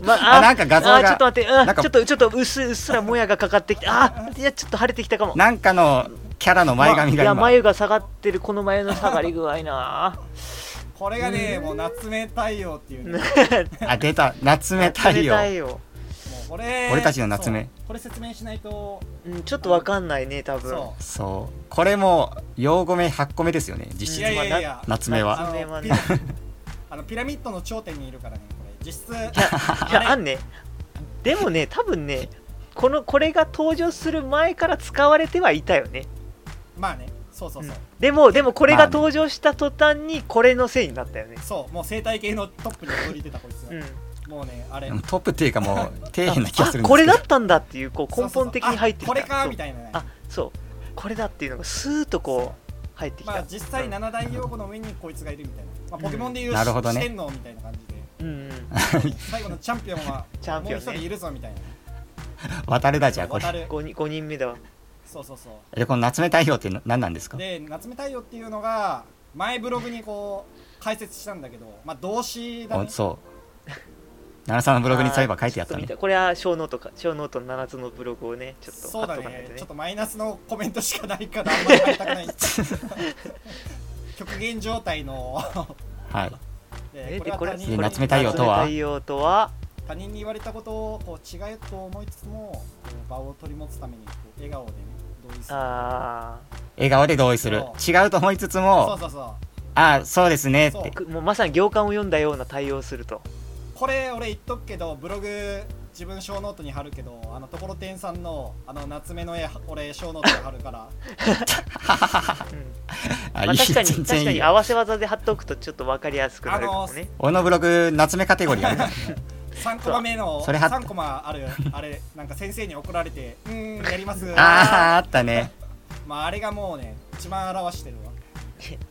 S2: ま
S3: あなんか画像が
S2: あちょっと待って
S3: な
S2: あ
S3: んか
S2: ちょっとちょっとうっすうっすらもやがかかってきてあいやちょっと晴れてきたかも
S3: なんかのキャラの前髪が
S2: いや
S3: 今
S2: 眉が下がってるこの眉の下がり具合
S3: (laughs)
S2: な
S1: これがねもう夏目太陽っていうねもう
S3: あ出た夏目太陽
S2: 冷たいよ
S1: これ
S3: 俺たちの夏目
S1: そうこれ説明しないと
S2: うんちょっとわかんないね多分
S1: そ
S3: そうこれも用語名8個目ですよね
S1: う
S2: うん
S1: い
S3: 実
S1: や
S3: 質
S1: いやいやいや
S3: 夏目
S1: あ
S3: は
S1: の
S2: 夏目は
S1: ピ
S2: ね
S1: ラ (laughs) あのピラミッドの頂点にいるからねこれ実質
S2: いやあ
S1: あれ
S2: んねでもね多分ねこのこれが登場する前から使われてはいたよね
S1: まあねそうそうそう、
S2: うんでもでもこれが
S3: まあね
S2: 登場した途端にこれのせいになったよね
S1: そうもう生態系のトップに踊り出たこいつは、
S2: うん
S1: もうねあれ
S3: でもトップっていうかもう底辺
S2: あ
S3: な気がするんですけど
S2: これだったんだっていうこう根
S1: そうそうそ
S2: 本
S1: う
S2: 的に入って
S1: あ
S2: きた
S1: これか
S2: そう
S1: みたいなね
S2: あそうこれだっていうのがスーッとこう入ってきた、
S1: まあ実際
S2: うん
S1: 七大用語の上にこいつがいるみたいな、まあ、ポケモンでいう
S3: うんなるほどね
S1: 四天王みたいな感じ
S2: (laughs)
S1: で
S2: うんうん
S1: 最後のチャンピオンは
S2: チャ
S1: も
S2: ン
S1: う
S2: ピオ
S1: 一
S2: ンね
S1: 人いるぞみたいな
S3: 渡るだじゃあこ
S1: 渡
S3: れ
S1: る
S2: 5, 人5人目だわ
S1: そうそうそう
S3: えこの夏目太陽ってな何なんですか
S1: で夏目太陽っていうのが前ブログにこう解説したんだけどまあ動詞だ
S3: お
S1: ね
S3: そう奈良さんのブログにそういえば書いてあった
S2: ちょ
S3: ね
S2: っと見これは小ノートか小ノートの7つのブログをねちょっと
S1: そ
S2: 貼
S1: うだ
S2: っとかない
S1: ね
S2: とね
S1: ちょっとマイナスのコメントしかない
S3: (laughs)
S1: からあんまり書きたくない極限状態の
S3: はい
S1: で
S2: え
S1: これは他人
S3: で
S1: に
S3: 夏目太陽とは
S2: 夏目太陽とは
S1: 他人に言われたことをこう違えと思いつつもこう場を取り持つためにこう笑顔でね同意する
S2: あ
S3: 笑顔で同意する違うと思いつつ
S1: そう
S3: も
S1: そうそう
S3: あそうですねっ
S1: そう
S3: て
S2: ーもうまさに行間を読んだような対応をすると
S1: これ俺言っとくけどブログ自分小ノートに貼るけどあのところてんさんのあの夏目の絵俺小ノートに貼るから
S2: うん
S3: あ
S2: ま
S3: い
S2: あ、
S3: い
S2: 確かに確
S3: 全
S2: か
S3: 然いい
S2: に合わせ技で貼っとくとちょっと分かりやすくなるかもね。
S3: 俺のブログ夏目カテゴリーあるから
S1: 3コマ目の
S3: それ貼っ
S1: 3コマあるあれなんか先生に怒られて「うーんやります」
S3: あああったね
S1: まああれがもうね一番表してるわ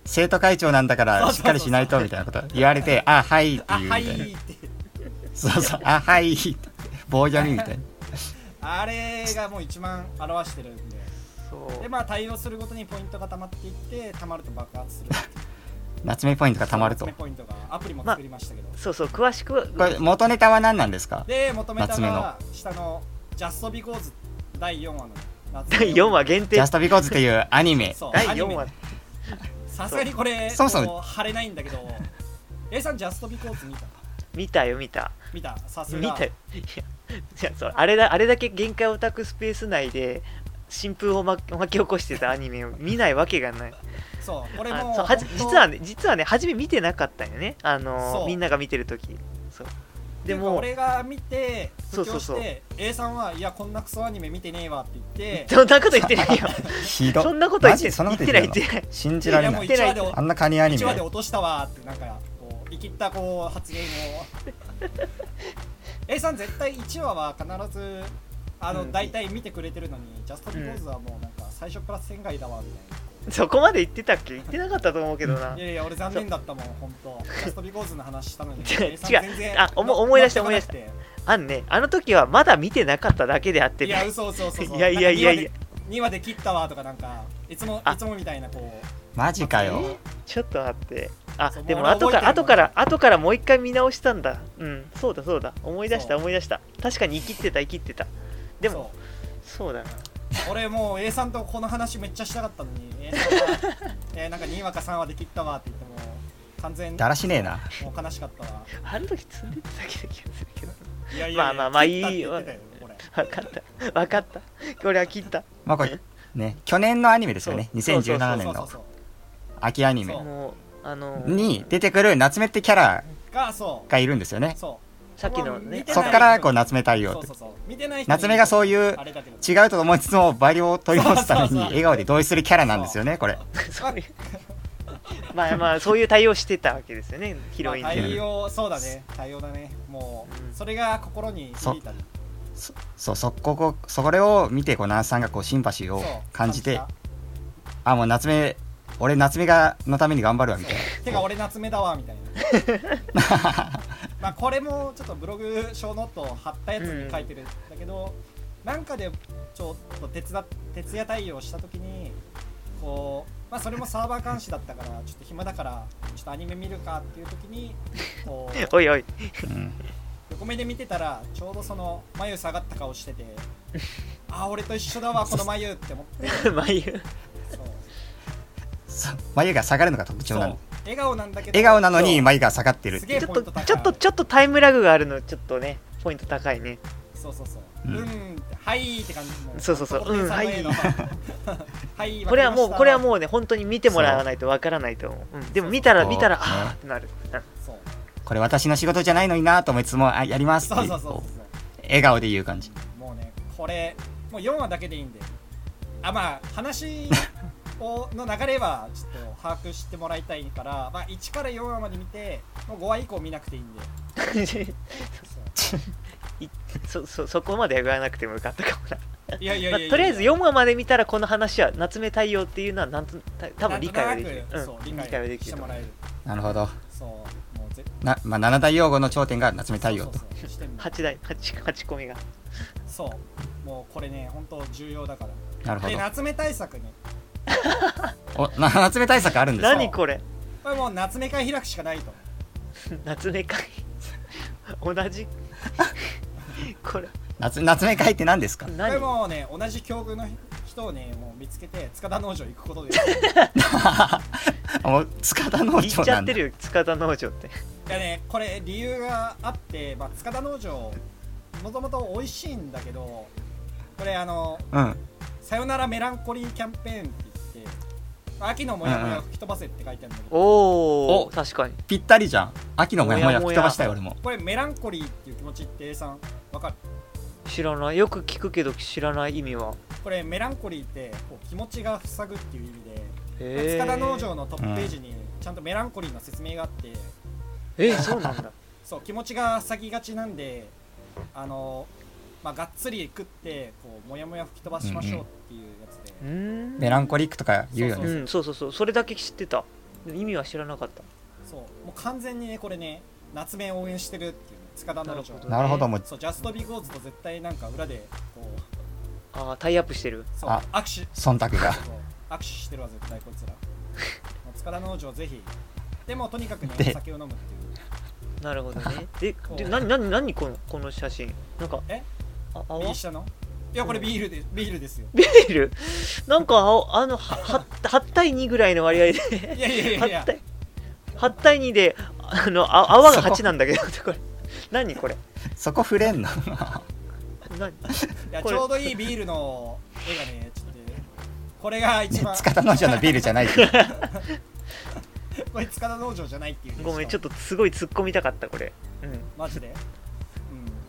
S3: 生徒会長なんだからしっかりしないとみたいなこと言われてあはいって
S1: あ
S3: いうみた
S1: はい
S3: ない
S1: って
S3: そうそうあはいって棒読みみたいな
S1: あれがもう一番表してるんで
S2: そう
S1: でまあ対応するごとにポイントが溜まっていって溜まると爆発
S3: (laughs)
S1: する
S3: 夏目ポイントがたまる
S1: (laughs) 集
S3: と
S1: めポイントがアプリも作りましたけど、
S2: そうそう詳しくは
S3: これ元ネタは何なんですか
S1: で求めた
S3: 夏
S1: の
S3: 目
S1: は
S3: の
S1: 下の「ジャストビコーズ第4話の夏目
S2: 第
S1: の
S2: 4話限
S3: ジ
S2: 定
S3: ャストビコーズっていうアニメ
S1: そう
S2: 第
S1: アニ
S2: 4
S1: メ
S2: 話
S1: さすがにこれ
S3: そうそもそも
S1: こう貼れないんだけ
S3: (laughs)
S1: ど A さんジャストビコーズ見た
S2: 見たよ見た
S1: 見たさす
S2: 見
S1: が
S2: たよいやいやそうあれだあれだけ限界オタクスペース内で新風をま巻き起こしてたアニメを見ないわけがない
S1: そうこれも
S2: あそうはじ
S1: 本当
S2: 実はね実はね初め見てなかったんよねあ
S1: そ
S2: の
S1: う
S2: みんなが見てる時そうで
S1: っていうか
S2: も
S1: 俺が見て
S2: そう
S1: 布
S2: そ
S1: 教
S2: う
S1: し
S2: そう
S1: て A さんはいやこんなクソアニメ見てねえわって言って
S2: そんなこと言ってないよ
S3: ひど
S2: そんなこと言
S3: マ
S2: って
S3: ジそんな
S2: 言
S3: こ
S2: って
S3: と
S2: な
S3: 言っ
S2: い
S3: て
S2: 言っ
S3: る
S2: て
S3: の
S2: ない
S3: 信じら
S1: い
S3: れ
S1: や
S3: な
S1: もう
S3: い
S1: 1話で
S3: あんなカニアニ
S1: 1話で
S3: メ
S1: 落としたわーってなんかこう生きったこう発言を (laughs) A さん絶対1話は必ずあの、
S2: うん
S1: 大体見てくれてるのにジャストビコーズはもうなんか最初から線外だわみたい
S2: そこまで言ってたっけ言ってなかったと思うけどな
S1: な、いやいや俺残念だったもん本当ジャストビコーズの話したのに
S2: (laughs) 違う
S1: A さん全然
S2: あ思思い出した
S1: 乗っかなくて
S2: あんね、あの時はまだ見てなかっただけであって
S1: いや
S2: ね。
S1: 嘘嘘嘘嘘
S2: いやいやいやいや
S1: なんか2話で2話で切ったわとかなんかいつも
S2: あ
S1: いつもみたいなこう
S3: マジかよ
S2: ちょっと待って。あ
S1: そう、
S2: で
S1: も
S2: も
S1: う俺
S2: 後か
S1: 覚
S2: ら、
S1: え
S2: 後
S1: て
S2: か
S1: るもん
S2: ら、後からもう一回見直したんだ。うん、そうだそうだ。思い出した
S1: そう
S2: 思い出した。確かに生きってた生きってた。でも、
S1: そう
S2: そうだな。
S1: 俺もう A さんとこの話めっちゃしたかったのに
S2: (laughs)
S1: A さんは、えーなんか2話か3話で切ったわって言っても完全に
S3: だらしねえな
S1: もう悲しかったわ
S2: あの時積んでただけな気がするけど。
S1: いやいやいや
S2: まあまあまあ
S1: 切ったって言ってたよこれ
S2: わかった。わかった。これは切った。
S3: まあこれね去年のアニメですよね
S2: そうそうそう
S3: 2017
S1: そ
S3: 年
S1: うそう
S3: の
S1: そう
S3: 秋アニメ
S1: そう
S2: もう、あのー
S3: に出てくる夏目ってキャラ
S1: そうがそ
S3: がいるんですよね
S1: うそう
S2: さっきのね、
S3: そっからこう夏目太陽
S1: そう
S3: って
S1: そうそう見てない人
S3: 夏目がそう
S1: い
S3: いう
S1: あれだけど
S3: 違うと思いつつもバリを取り戻すため
S1: そう
S3: に
S1: そうそう
S3: 笑顔で同意するキャラなんですよねこれ
S2: (laughs) そう (laughs) いう。まあまあ、そういう対応してたわけですよね、ヒロイン
S1: まあ
S2: で。
S1: 対応そうだね対応だねもう、
S2: うん
S1: それが心に響いたね
S3: そそうそここそれを見てこうナースさんがこうシンパシーを
S1: そう
S3: 感じて
S1: た
S3: あもう夏目俺夏目がのために頑張るわみたい
S1: てか俺夏目だわみたいな
S3: (laughs)
S1: まあこれもちょっとブログ小ノート貼ったやつに書いてるんだけど、なんかでちょっと手伝っ徹夜対応した時にこう、まあ、それもサーバー監視だったからちょっと暇だからちょっとアニメ見るかっていう時にこう
S2: おいおい (laughs)
S3: うん
S1: 横目で見てたらちょうどその眉下がった顔して
S3: (laughs)
S1: てああ俺と一緒だわこの眉って思って
S2: 眉
S1: そう
S3: さ眉が下がるのが特徴な
S1: そう
S3: の
S1: 笑顔なんだけど
S3: 笑顔なのに眉が下がってる
S1: すげえ
S2: ちょっ
S1: ポイ
S2: と
S1: ント高い
S2: ちょっとちょっとタイムラグがあるのちょっとねポイント高いね
S1: そうそうそう
S3: う
S1: うんん、ってはいって感じの
S2: そうそうそう
S1: 男店さの絵の (laughs)
S2: うん
S1: はい
S2: (laughs) これはもうこれは
S1: う
S2: もうね本当に見てもらわないとわからないと思う、うん、でも見たら
S3: そう
S2: 見たら
S3: ね
S2: あーってなる、うん
S1: そう
S3: これ私の仕事じゃないのになと思いつもあやりますって
S1: そうそうそう
S3: こ
S1: そう
S3: う笑顔で言う感じ
S1: もうねこれもう4話だけでいいんであまあ話をの流れはちょっと把握してもらいたいから、 (laughs) まあ、1から4話まで見てもう5話以降見なくていいんでそ
S2: (laughs) そそそこまで言わなくてもよかったかもな、
S1: ういやいやい
S2: (laughs)
S1: や
S2: まあ
S1: いや
S2: とりあえず4話まで見たらこの話は夏目太陽っていうのはなんとた多分理解はできる
S1: なんと
S2: う
S1: なんくそう理
S2: 理解はで
S1: 解
S2: き
S1: し
S2: る
S1: ても
S2: と思
S1: らえる
S3: なるほど
S1: そうもうぜ
S3: な、まあ、七大用語の頂点が夏目太陽と
S1: そうそうそうしてみ
S2: う
S1: る
S2: 8台 8, 8個目が
S1: そうもうこれね本当重要だから
S3: なるほ
S1: で
S3: ど
S1: 夏目対策ね
S3: おな夏目対策あるんですか
S2: 何これ
S1: これもう夏目会開くしかないと
S2: 夏目会 (laughs) 同じ (laughs) これ
S3: 夏夏目会って何ですか
S1: これ
S2: 何
S1: もうね同じ境遇の人をねもう見つけて塚田農場行くことで
S2: (laughs)
S1: い
S3: もう塚田農
S2: 言
S3: 場
S2: っちゃ
S3: な
S2: っ
S3: ん
S2: て
S3: だ
S2: るよ
S1: (laughs)
S2: 塚田農場って
S1: やねこれ理由があって、まあ、塚田農場もともと美味しいんだけどこれあの
S3: うん
S1: 「さよならメランコリーキャンペーン」って言って秋のモヤモヤを吹き飛ばせって書いてあるんだけど、
S2: お
S3: お
S2: お確かに
S3: ぴったりじゃん秋のもやもや吹き飛ばしたい
S2: もや
S3: 俺も
S1: これメランコリーっていう気持ちって A さんわかる
S2: 知らないよく聞くけど知らない意味は
S1: これメランコリーってこう気持ちが塞ぐっていう意味で
S2: へえ
S1: 塚田農場のトップページにちゃんとメランコリーの説明があって、
S2: えーそうなんだ
S1: そう気持ちが先がちなんであの、まあ、がっつり食ってこうモヤモヤ吹き飛ばしましょうっていうやつで、
S2: うーん
S3: メランコリックとか言うよ
S1: そう
S3: ね
S2: うんそうそうそうそれだけ知ってたでも意味は知らなかった
S1: そうもう完全にねこれね夏目を応援してるっていう、ね、塚田農場
S2: なるほ
S3: なるほどもう
S1: そうジャストビーゴーズと絶対なんか裏でこう
S2: ああタイアップしてる
S1: そう
S3: あ
S1: 握手そう
S3: 忖度が
S1: 握手してるわ絶対こいつらもう塚田農場ぜひでもとにかくね
S3: で
S1: お酒を飲むっていう
S2: なるほどねで
S1: そう
S2: で何何何このこの写真なんか
S1: え
S2: あ
S1: ビー
S2: 泡
S1: ルしたのいやこれビールでビールですよ
S2: ビールなんか青あのはは8対2ぐらいの割合で
S1: いやいやいやい
S2: 8
S1: や
S2: 対8対2であのあ泡が8なんだけどこれ何これ
S3: そこ触れんの
S2: 何
S1: いや
S2: こ
S1: ち
S2: れ
S1: ょうどいいビールの絵がねちょっとねこれが一
S3: (laughs)
S1: 番
S3: 塚田農場のビールじゃないけど
S1: これ塚田農場じゃないっていう
S2: ごめんちょっ
S1: と
S2: とすごい突っ込みたかったこれ、うん、
S1: マジで、うん、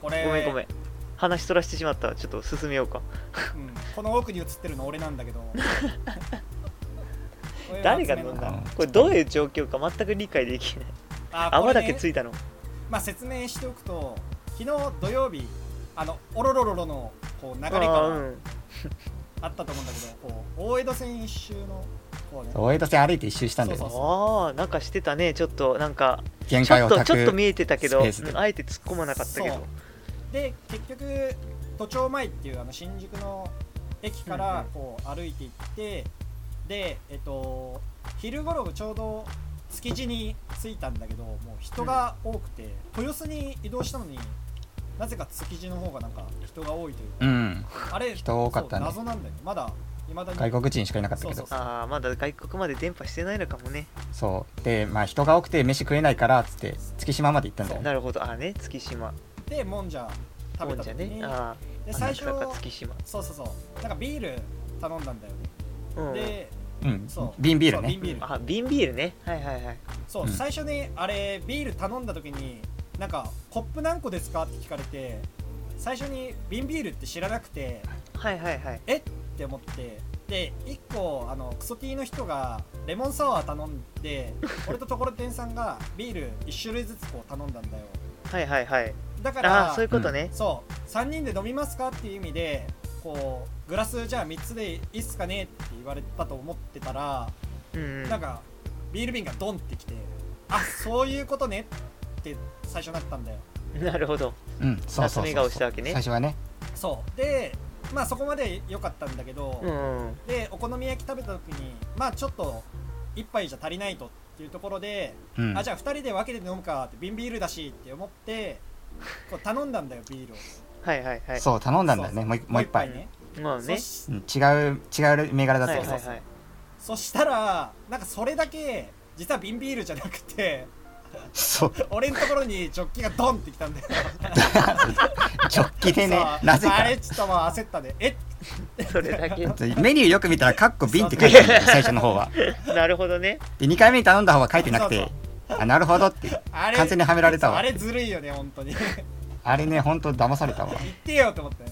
S1: これ
S2: ごめんごめ
S1: うん
S2: ん話そらしてしまったちょっと進めようか
S1: この奥に映ってるの俺なんだけ
S2: (laughs)
S1: どこれ
S2: 誰が飲ん
S1: 夏目
S2: だ
S1: の
S2: のこれどういう状況か全く理解できない
S1: あ
S2: 泡
S1: 泡
S2: だ
S1: だ
S2: け
S1: け
S2: ついたの
S1: まあ説明しておくと昨日土曜日あのオロロロロのこう流れ
S2: あ
S1: か
S2: ーう
S1: らあ
S2: ん
S1: ったと思うんだけど、こう大江戸線一周のこうね
S3: 大江戸線歩いて一周したんだよ
S1: そう
S3: ね
S1: そう
S2: あーなんかしてたねちょっとなんか
S3: 限
S2: ち
S3: 界
S2: ょっ
S3: を
S2: と
S3: た
S2: ちょっと見
S3: く
S2: えてたけど、
S3: スペースで
S2: うんあえて突っ込まなかったけ
S1: そ
S2: ど
S1: うで結局都庁前っていうあの新宿の駅か
S2: うんうん
S1: らこう歩いていって、でえっと昼頃ちょうど築地に着いたんだけどもう人が多くて、豊洲に移動したのになぜか築地の方がなんか人が多いという
S3: うん
S1: あれ
S3: 人多かったね
S1: そう謎なんだよねまだいまだに
S3: 外国人しかいなかったけ
S1: そう
S3: ど
S1: そう
S2: ああまだ外国まで電波してないのかもね
S3: そうでまあ人が多くて飯食えないからっつって月島まで行ったんだよね
S2: なるほどああね月島
S1: でもんじゃ食べ
S2: もん
S1: た
S2: じゃ
S1: 時
S2: ね
S1: に、
S2: あ
S1: で
S2: あ
S1: 最初
S2: なんか月島
S1: そうそうそうなんかビール頼んだんだよね、
S2: うん
S1: で
S3: うん
S1: そう
S3: 瓶ビール
S1: そう瓶
S3: ね
S1: ビール
S2: あ瓶ビールねはいはいはい
S1: そう、
S3: うん
S1: 最初にあれビール頼んだ時になんかコップ何個ですかって聞かれて最初に瓶ビールって知らなくて
S2: はいはいはい
S1: えって思ってで1個あのクソティーの人がレモンサワー頼ん
S2: (laughs)
S1: で俺とところてんさんがビール1種類ずつこう頼んだんだよ
S2: はいはいはい
S1: だから
S2: ああーそういうことね、
S1: そう3人で飲みますかっていう意味でこうグラスじゃあ3つでいいっすかねって言われたと思ってたら
S2: うんうん
S1: なんかビール瓶がドンってきてあそういうことねって最初なったんだよ
S2: なるほど
S3: うんそうそうそう
S2: 夏目顔したわけね
S3: 最初はね
S1: そうでまあそこまで良かったんだけど、
S2: うん
S1: でお好み焼き食べた時にまあちょっと一杯じゃ足りないとっていうところで、
S3: うん
S1: あじゃあ2人で分けて飲むかって瓶ビールだしって思ってこう頼んだんだよビールを
S2: はいはいはい
S3: そう頼んだんだよ
S1: そ
S3: ねもう一もう一杯、
S1: ね
S2: まあ
S1: そ
S2: ね
S1: し
S3: うん、違う違う銘柄だった
S2: はいは
S3: よ
S2: い
S3: ね、
S1: そうそう
S2: はい
S1: そしたらなんかそれだけ実は瓶ビールじゃなくて
S3: そう
S1: 俺のところにジョッキがドンってきたんだよ
S3: ジョッキでね
S1: そう
S3: なぜか
S1: あれちょっともう焦ったねえ
S2: それ
S1: (laughs)
S2: だけ
S3: メニューよく見たら「カッコ瓶」って書いてあるんだよ最初の方は
S2: なるほどね
S3: で2回目に頼んだ方は書いてなくて
S1: そう
S3: あなるほどっていう
S1: あれ
S3: 完全にはめられた
S1: そう
S3: わ
S1: あ
S3: あれ
S1: れずるいよね本当に (laughs) 言
S3: ね本当騙されたわ
S1: ってよと思って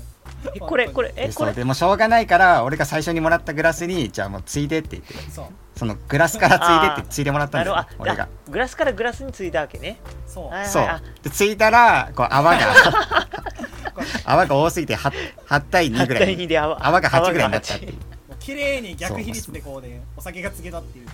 S2: えこれこれえ
S3: で
S2: こ
S3: そう
S2: れ
S3: でもしょうがないから俺が最初にもらったグラスにじゃあもうついでって言って
S1: そう
S3: そのグラスからついでっ
S2: あー
S3: てついでもらったん
S2: なる
S3: だよ
S2: ほどあ
S3: 俺が
S2: あグラスからグラスについだわけね
S1: そう
S2: はい
S3: そう
S2: あ
S3: でついたらこう泡が
S2: (laughs)
S1: こ
S3: 泡が多すぎて 8, 8対2
S2: 8
S3: ぐら
S2: 対
S3: い
S2: 2
S3: に
S2: で泡
S3: 泡が8ぐらいになったっていう
S1: もう綺麗に逆比率でこうねお酒が告げたっていう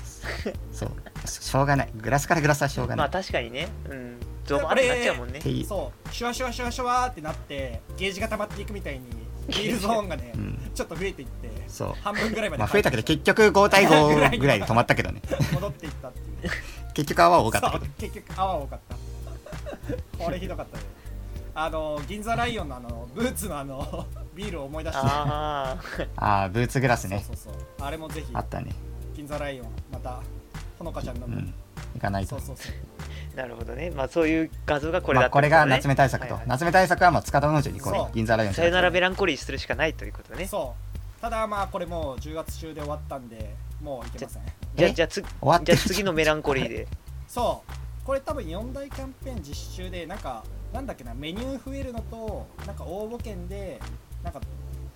S3: そうしょうがないグラスからグラスはしょうが
S2: ま
S3: な
S2: あ
S3: い
S2: 確かにねうんゾーマになっちゃうもんね
S3: っていう
S1: そうシュワシュワシュワシュワーってなってゲージが溜まっていくみたいにビールゾーンがね、
S3: うん
S1: ちょっと増えていって
S3: そう
S1: 半分ぐらいまで
S3: まあ増えたけど結局5対5ぐらいで止まった
S2: (laughs)
S3: けどね
S1: 戻っていったっていう
S3: 結局泡多かったけ
S1: そう結局泡多かったこれひどかったねあの銀座ライオンのあのブーツのあの (laughs) ビールを思い出して
S2: ああ
S3: どああブーツグラ
S1: そ
S3: ス
S1: う
S3: ね
S1: そうそうあれもぜひ
S3: あったね
S1: 銀座ライオンまたほのかちゃんの、
S3: う
S1: む
S3: ん行かない
S1: そ
S3: と
S1: うそうそう
S2: なるほどねまあそういう画像がこれ
S3: ま
S2: だ
S3: あこれが夏目対策と
S2: はいはい
S3: 夏目対策はまあ塚田農場に行こう
S1: そ
S3: ね
S1: う
S3: 銀座ライオン
S2: さよなら
S3: ベ
S2: メランコリーするしかないということね
S1: そうただまあこれもう10月中で終わったんでもういけません
S2: じゃあ
S3: え
S2: じゃあつじ
S3: わ
S2: ゃ
S3: っ
S2: あ
S3: てる
S2: 次のメランコリーで
S1: そうこれ多分4大キャンペーン実施中でなんかなんだっけなメニュー増えるのとなんか応募券でなんか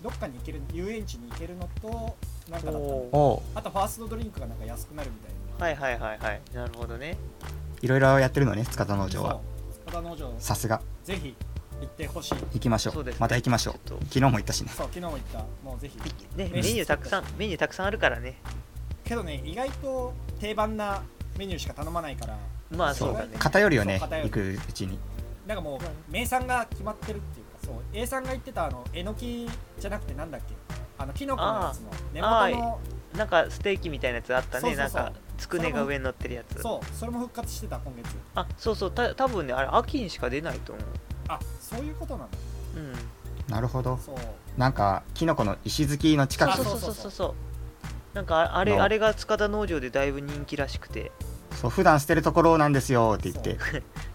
S1: どっかに行ける遊園地に行けるのとなんかだったの
S2: おー
S3: おう
S1: あとファーストドリンクがなんか安くなるみたいな
S2: はいはいはいはいなるほどね
S3: いろいろやってるのね塚田農場は
S1: そう塚田農場
S3: さすが
S1: ぜひ行ってほしい
S3: 行きましょ
S2: そう
S3: う
S2: ですね
S3: また行きましょう
S2: ちょっと
S3: 昨日も行ったしね
S1: そう昨日も行ったもうぜひ
S2: ねメ
S1: メニュー
S2: ニューたくさんメニューたくさんあるからね
S1: けどね意外と定番なメニューしか頼まないから
S2: まあ
S1: そ
S2: そううだね
S3: 偏るよね
S1: そう偏る
S3: 行くうちに
S1: なんかもう名産が決まってるっていうかそう A さんが言ってたあのえのきじゃなくてなんだっけあのキノコのやつの根
S2: あー
S1: 元の
S2: なんかステーキみたいなやつあった
S1: そう
S2: ね
S1: そう
S2: なん
S1: そう
S2: かつくねが上に乗ってるやつ
S1: そうそれも復活してた今月
S2: あそうそうた多分ねあれ秋にしか出ないと思う
S1: あそういうことなんだ
S2: うん
S3: なるほど
S1: そう
S3: なんかキノコの石突きの近
S1: あ
S2: そ
S3: く
S2: うそうそうそうそうなんかああれ
S3: の
S2: あれが塚田農場でだいぶ人気らしくて
S3: そう普段捨てるところなんですよって言って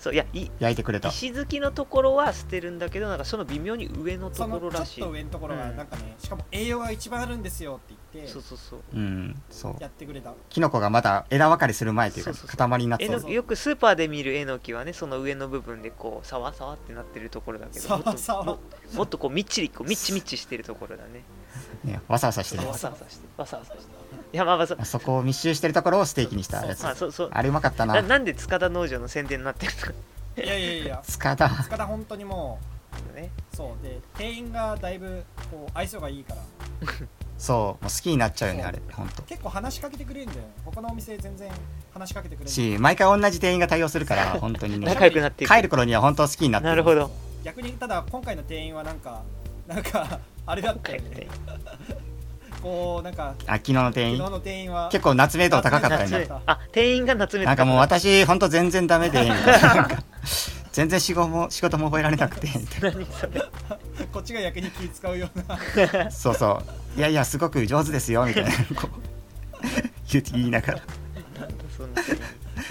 S2: そういやい
S3: 焼いてくれた
S2: 石突きのところは捨てるんだけどなんかその微妙に上のと
S1: そ
S2: こ
S1: の
S2: ろ
S1: ちょ
S2: ら
S1: っ
S2: しい
S1: と上のところが
S2: うん
S1: なんかね、しかも栄養が一番あるんですよって言って
S2: そうそうそう
S3: うんそう
S1: やってくれた
S3: キノコがまだ枝分かれする前というか
S2: そうそうそう
S3: 塊になって
S2: え
S3: る
S2: の
S1: そうそう
S2: よくスーパーで見るえのきはねその上の部分でこうさわさわってなってるところだけど
S1: さ
S2: もっと
S1: わさわ
S2: ももっとこうみっちりこうみっちみっちしてるところだね
S3: ねわさわさしてる
S2: わさわさしてわさわさしていやまあまあそ
S3: あそこを密集してるところをステーキにしたやつ
S2: まあそうそう
S3: あれうまかった
S2: な
S3: な
S2: なんで塚田農場の宣伝になってるのか
S1: いやいやいや
S3: 塚田
S1: 塚田本当にも
S2: ね
S1: うそうで店員がだいぶこう愛想がいいから
S3: そうもう好きになっちゃうよねあれほんと
S1: 結構話しかけてくれるんだよね他のお店全然話しかけてくれる
S3: し毎回同じ店員が対応するから
S2: (laughs)
S3: 本当にね
S2: 仲良くなっていく
S3: 帰る頃には本当好きになって
S2: なるほど
S1: 逆にただ今回の店員はなんかなん
S3: (laughs)
S1: かあれだったよねこうなんか
S3: あ昨日の
S1: 昨
S3: 店
S1: 日
S3: 員
S1: の店員は
S3: 結構夏目度高かっ
S2: (laughs)
S3: たよ
S1: 夏目
S3: ね
S1: 度
S2: あ店員が夏目
S3: なんかもう私本当全然ダメでみたいな
S2: (laughs)
S3: なんか全然仕事も仕事も覚えられなくてみたいな
S2: 何それ
S3: (laughs)
S1: こっちが逆に気使うような
S3: そうそういやいやすごく上手ですよみたいなこう (laughs) 言う言いながら
S2: なんだそんな店員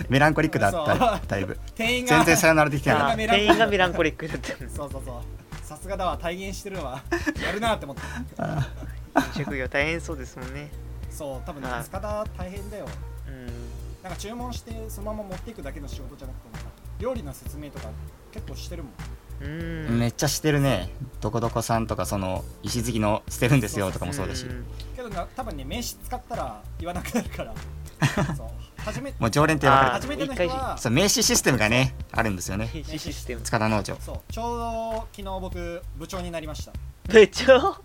S3: メランコリックだっ
S1: そ
S3: ただいぶ
S1: 店員が
S3: 全然さよならできてなか
S2: あ
S3: っ
S2: 店員がメランコリックだったの
S1: そうそうそうさすがだわ体現してる
S3: (laughs)
S1: わやるなって思った
S2: 職業大変そうですもんね
S1: そう多分
S2: は
S1: ね
S2: い
S1: 塚田大変だよ
S2: うん
S1: なんか注文してそのまま持っていくだけの仕事じゃなくてなんか料理の説明とか結構してるもん
S2: う
S3: た
S2: ん
S3: めっちゃしてるねどこどこさんとかその石突きの捨てるんですよとかもそうだし
S2: ん
S1: けどな多分ね名刺使ったら言わなくなる
S3: (laughs)
S1: からそう初め
S3: もう常連って分
S2: あ
S3: か
S2: ー
S3: る
S1: 初めての人は
S3: そう名刺システムがねあるんですよね
S2: 禁止システム
S3: 塚田農場
S1: そうちょうど昨日僕部長になりました
S2: 部長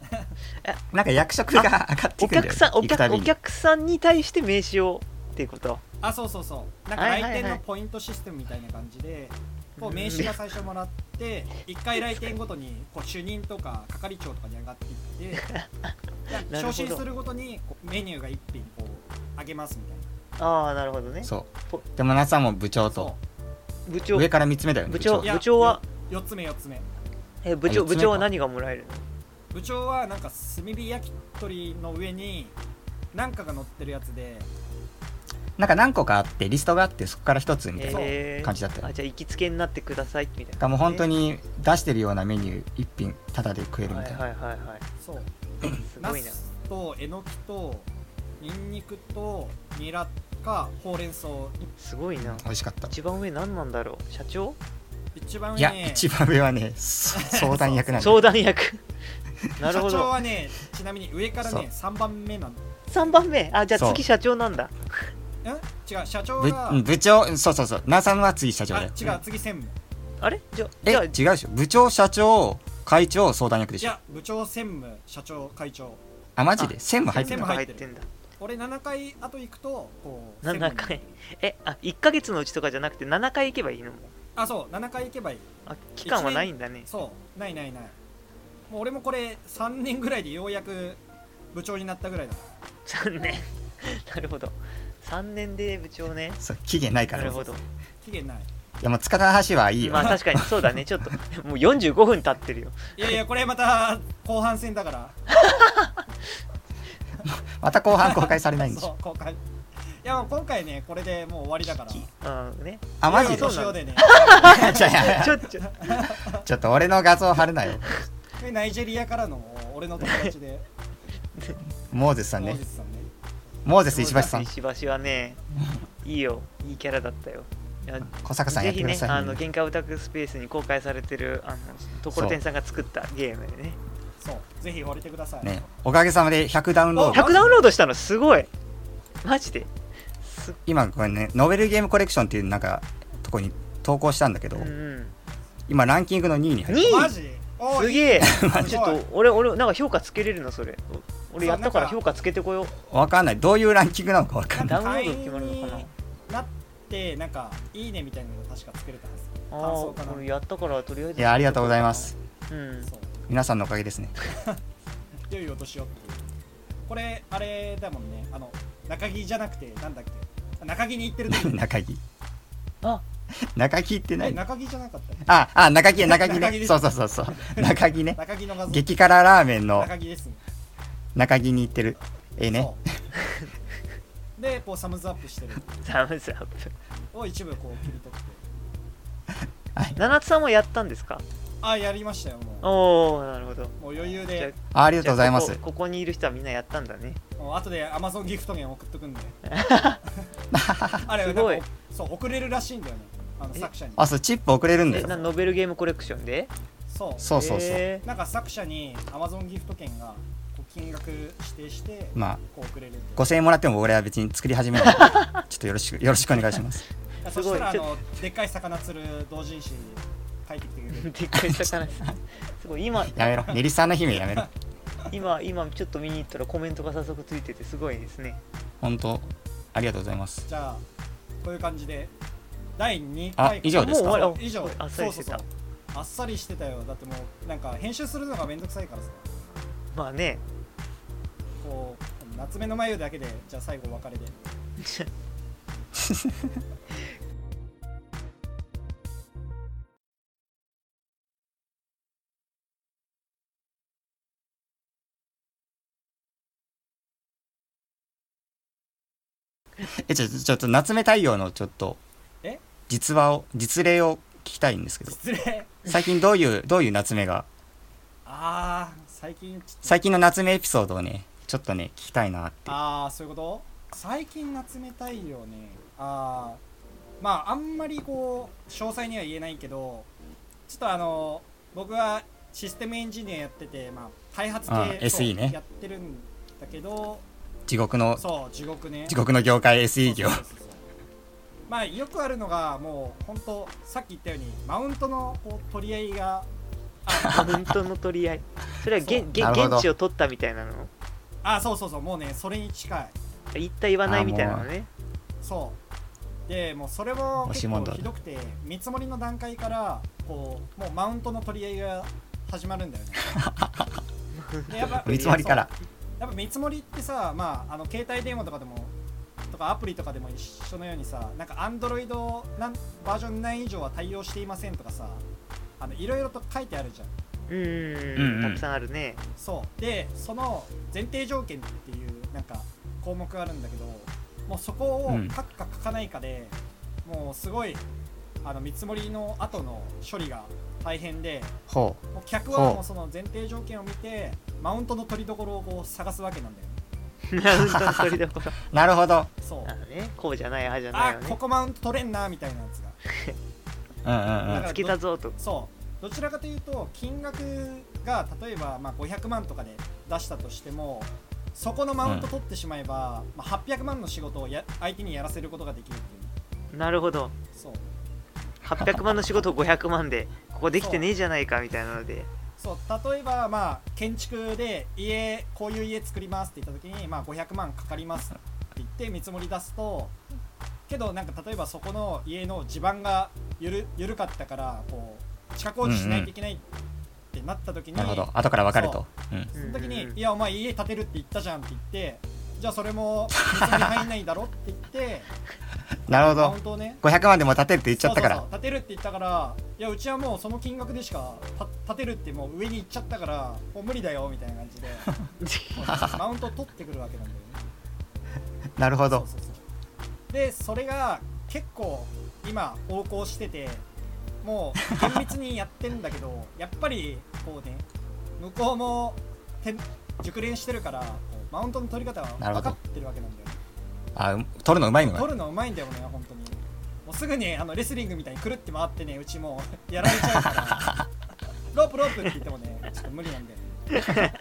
S3: なんか役職が上がって
S2: お
S3: いくんだよね
S2: 客さんお
S3: 行くた
S2: 客
S3: び
S2: お
S3: に
S2: 客さんに対して名刺をっていうこと
S1: あそうそうそうなんか
S2: はいはいはい
S1: 来店のポイントシステムみたいな感じで、こう名刺が最初もらって1回来店ごとにこう主任とか係長とかに上がっていって
S2: (laughs)
S1: で
S2: なるほど
S1: 昇進するごとにこうメニューが1品こう上げますみたいな
S2: ああなるほどね
S3: そうでもなさんも部長と
S2: 部長
S3: 上から3つ目だよね
S2: 部長
S1: いや
S2: 部長は
S1: 4つ目4つ目
S2: え部
S3: あ
S2: 長
S3: 三つ
S2: 部
S3: 目か
S2: 長は何がもらえるの
S1: 部長はなんか炭火焼き鳥の上になんかが乗ってるやつで
S3: なんか何個かあってリストがあってそこから1つみたいな、
S2: えー
S3: 感じだったよ
S2: あじゃあ行きつけになってくださいみたい
S3: だ
S2: な
S3: からもう本当に出してるようなメニュー1品タダで食えるみ
S2: は
S3: た
S2: い
S3: いな、
S2: はいはいはい
S1: そう
S2: す
S1: ナ
S2: ごいな
S1: スとえのきとニンニクとニラかほうれん草
S2: すごいな
S3: 美味しかった
S2: 一番上何なんだろう社長
S1: 一番上
S3: いや
S1: ね
S3: 一番上はね
S2: (laughs)
S3: そ相談役なんだ
S2: 相談役 (laughs) なるほ
S1: 社長
S2: ど
S1: はねちなみに上からね3番目なん
S2: 3番目あじゃあ
S3: そう
S2: 次社長なんだ
S1: ん違う社長が
S3: 部部長そうそうそうナさんは次社長
S1: あ
S3: だ
S1: 違
S3: よ
S1: う次専務
S2: あれじゃ
S3: え
S2: じゃ
S3: 違
S2: あ
S3: うでしょ部長社長会長相談役で
S1: い
S3: しょ
S1: や部長専務社長会長
S3: あマジで専務入って
S1: 専
S3: る
S1: 務
S3: の
S1: 入っ
S2: 入って
S1: る
S2: てんだ
S1: 俺7回後行くとこう
S2: 7
S1: 専務
S2: 回
S1: に
S2: えあ1ヶ月のうちとかじゃなくて7回行けばいいのも
S1: あそう7回行けばいい
S2: あ期間はないんだね
S1: そうないないないもう俺もこれ3年ぐらいでようやく部長になったぐらいだ
S2: 3年 (laughs) なるほど3年で部長ね
S3: そう期限ないか
S2: な
S3: ら
S2: る
S3: ね
S2: ほど
S1: 期限ない
S3: いやもう塚田橋はいいよ、
S2: まあ確かにそうだねちょっともう45分経ってるよ
S1: いやいやこれまた後半戦だから
S3: また後半公開されないんでし
S1: そ
S3: ょ
S1: う公開いやもう今回ねこれでもう終わりだから
S2: うんね
S3: あマジ
S1: い
S3: で
S1: ろいろ
S2: そう
S1: 年
S2: な
S1: を
S2: の
S1: で
S3: (laughs)
S1: ね
S3: じゃあ
S2: ちょっと
S3: ちょっと俺の画像貼るなよ
S1: でナイジェリアからの俺の友達で
S3: モーゼスさん
S1: モー
S3: ね
S1: ジスさんね
S3: モーゼス石橋さん
S2: 石橋はねいいよいいキャラだったよいや
S3: 小坂さんや
S2: ぜ
S3: って
S2: ひ
S3: くだ
S2: ね、
S3: さ
S2: あ
S3: い、
S2: の限界オタクスペースに公開されてるあのところてんさんが作ったゲームでね
S1: そうぜひ降りてください、
S3: ねおかげさまで100ダウンロード
S2: 100ダウンロードしたのすごいマジで
S3: 今これねノベルゲームコレクションっていうなんかとこに投稿したんだけど、
S2: うんうん
S3: 今ランキングの2位に入っ
S2: 2
S1: マ
S2: 位
S1: ジお
S2: す
S1: い
S2: げ
S3: (laughs)
S2: え
S1: マジ
S2: ちょっと俺俺なんか評価つけれるのそれお俺やったから
S1: そうなんか
S2: 評価つけてこよう
S3: てわかんないどういうランキングなのかわかんない
S2: ダウンロード決まるのかな
S1: 会員になってなんかいいねみたいなのが確か作れたはず
S2: あ
S1: 感想か
S2: あ
S1: な
S2: 俺やったからとりあえず
S3: いやありがとうございます
S2: うん
S1: そう
S3: 皆さんのおかげですね (laughs)
S1: 良いお年をっていうこれあれだもんねあの中木じゃなくてなんだっけ中木に行ってる
S2: (laughs)
S1: 時
S3: 中木
S2: あ
S3: 中木って
S1: え
S3: 何
S1: 中木じゃなかった
S3: ああ中木中
S1: 中
S3: 木
S1: 木で
S3: ね
S1: す
S3: そうそうそうそう
S1: (laughs)
S3: 中木ね
S1: 中木の画像
S3: 激辛ラーメンの
S1: 中木ですね
S3: 中木に行ってるええね
S1: そうでこうサムズアップしてる
S2: サムズアップ
S1: を一部こう切り取って
S3: はい
S2: 七つさんもやったんですか
S1: あやりましたよも
S2: おおなるほど
S1: うもう余裕
S2: じゃ
S1: で
S3: ああ
S2: あ
S3: りがとうございま
S2: じゃ
S3: す
S2: あここここにいる人はみんなやったんだね
S1: もう後で Amazon ギフト券送っとく
S2: (laughs)
S1: んであれ
S2: すごい
S1: なんかそう送れるらしいんだよねあの
S2: え
S1: 作者に
S3: あそうチップ送れるんだ
S2: えな
S3: よ
S2: ノベルゲームコレクションで
S1: そう
S3: そうそうそう
S2: へー (laughs)
S1: なんか作者に Amazon ギフト券がこう金額指定して
S3: まあ
S1: こう送れるって
S3: 5000円もらっても俺は別に作り始め
S1: (laughs)
S3: ないちょっとよろしくよろしくお願いします
S1: いや
S2: す
S1: そ
S2: ご
S1: し
S2: い
S1: たらあ
S2: ちょ
S1: のでっかい魚釣る同人誌書いてきてくれる
S2: でっかい魚すごい今
S3: やめろ練りさんの姫やめろ
S2: 今今ちょっと見に行ったらコメントが早速ついててすごいですね
S3: 本当ありがとうございます
S1: じゃあこういう感じで第2
S3: あ
S1: 回
S3: 以上ですか
S2: もう終わり
S1: 以上
S2: あっさりしてた
S1: そうそうそうあっさりしてたよだってもうなんか編集するのがめんどくさいからさ
S2: まあね
S1: こう夏目の眉だけでじゃあ最後お別れで
S3: えちょちょっと夏目太陽のちょっと
S1: え
S3: 実話を実例を聞きたいんですけ
S1: (laughs)
S3: ど
S1: 失礼
S3: 最近どういうどういう夏目が
S1: あー最近ちょっと
S3: 最近の夏目エピソードをねちょっとね聞きたいなって
S1: ああそういうこと最近夏目太陽ねああまああんまりこう詳細には言えないけどちょっとあの僕はシステムエンジニアやってて、まあ、開発系
S3: あー
S1: そう
S3: SE ね
S1: やってるんだけど
S3: 地獄の
S1: そう地獄ね
S3: 地獄の業界 SE
S1: そう
S3: 業
S1: そうそうそうまあよくあるのがもう本当さっき言ったようにマウントのこう取り合いが
S2: 本当の取り合いそれはげ
S1: そ
S2: げ
S3: なるほど
S2: 現地を取ったみたいなの
S1: ああそうそうそうもうねそれに近い
S2: 言った言わないみたいなのね
S1: そでもうそれも
S4: 押し
S1: 結
S4: 問
S1: 構
S4: 答だ
S1: ひどくて見積もりの段階からこうもうマウントの取り合いが始まるんだよねでやっぱ
S4: (laughs) 見積もりから
S1: やっぱ見積もりってさ、まあ、あの携帯電話とかでもとかアプリとかでも一緒のようにさなんか Android なんバージョン9以上は対応していませんとかさあのいろいろと書いてあるじゃん
S2: うん、
S4: うん
S2: たくさんあるね
S1: そうでその前提条件っていうなんか項目があるんだけどもうそこを
S4: うん
S1: 書くか書かないかで、もうすごいあの見積もりの後の処理が大変で
S4: ほ
S1: もう客は
S4: ほ
S1: も
S4: う
S1: うその前提条件を見てマウントの取りどころをこう探すわけなんだよね
S2: マウントの取りどころ
S4: なるほど
S1: そう
S2: あのねこうじゃないああじゃない
S1: あ
S2: よ
S1: こ
S2: ね
S1: こマウント取れんなみたいなやつが
S4: うんうんう
S1: だ
S4: ん
S1: から
S2: つけたぞと
S1: そうどちらかというと金額が例えばまあ500万とかで出したとしてもそこのマウント取ってしまえば、まあ、800万の仕事をや相手にやらせることができるっていう
S2: なるほど
S1: そう
S2: 800万の仕事を500万でここできてねえじゃないかみたいなので
S1: そう例えばまあ建築で家こういう家作りますって言った時に、まあ、500万かかりますって言って見積もり出すとけどなんか例えばそこの家の地盤がゆる緩かったからこう地下工事しないといけないってなった時に、
S4: なるほど後から分かるとうん
S1: その時に
S2: うん
S1: 「
S2: うん
S1: いやお前家建てるって言ったじゃん」って言って「じゃあそれも別
S4: (laughs)
S1: に入んないだろ」って言って
S4: なるほ
S1: マ
S4: ど
S1: ウントをね
S4: 500万でも建てるって言っちゃったか
S1: そ
S4: ら
S1: うそうそう建てるって言ったから「いやうちはもうその金額でしかた建てるってもう上に行っちゃったからもう無理だよ」みたいな感じで
S4: (laughs)
S1: マウントを取ってくるわけなんだよね
S4: なるほ
S1: そう
S4: ど
S1: そうそうでそれが結構今横行しててもう厳密にやってんだけど (laughs) やっぱりこうね向こうもて熟練してるからこうマウントの取り方は
S4: なるほど
S1: 分かってるわけなんだよね
S4: あ取るのうまいの
S1: 取
S4: が
S1: るのうまいんだよね本当にもうすぐにあのレスリングみたいにくるって回ってねうちもうやられちゃうから (laughs) ロープロープって言ってもねちょっと無理なんだよ (laughs) ね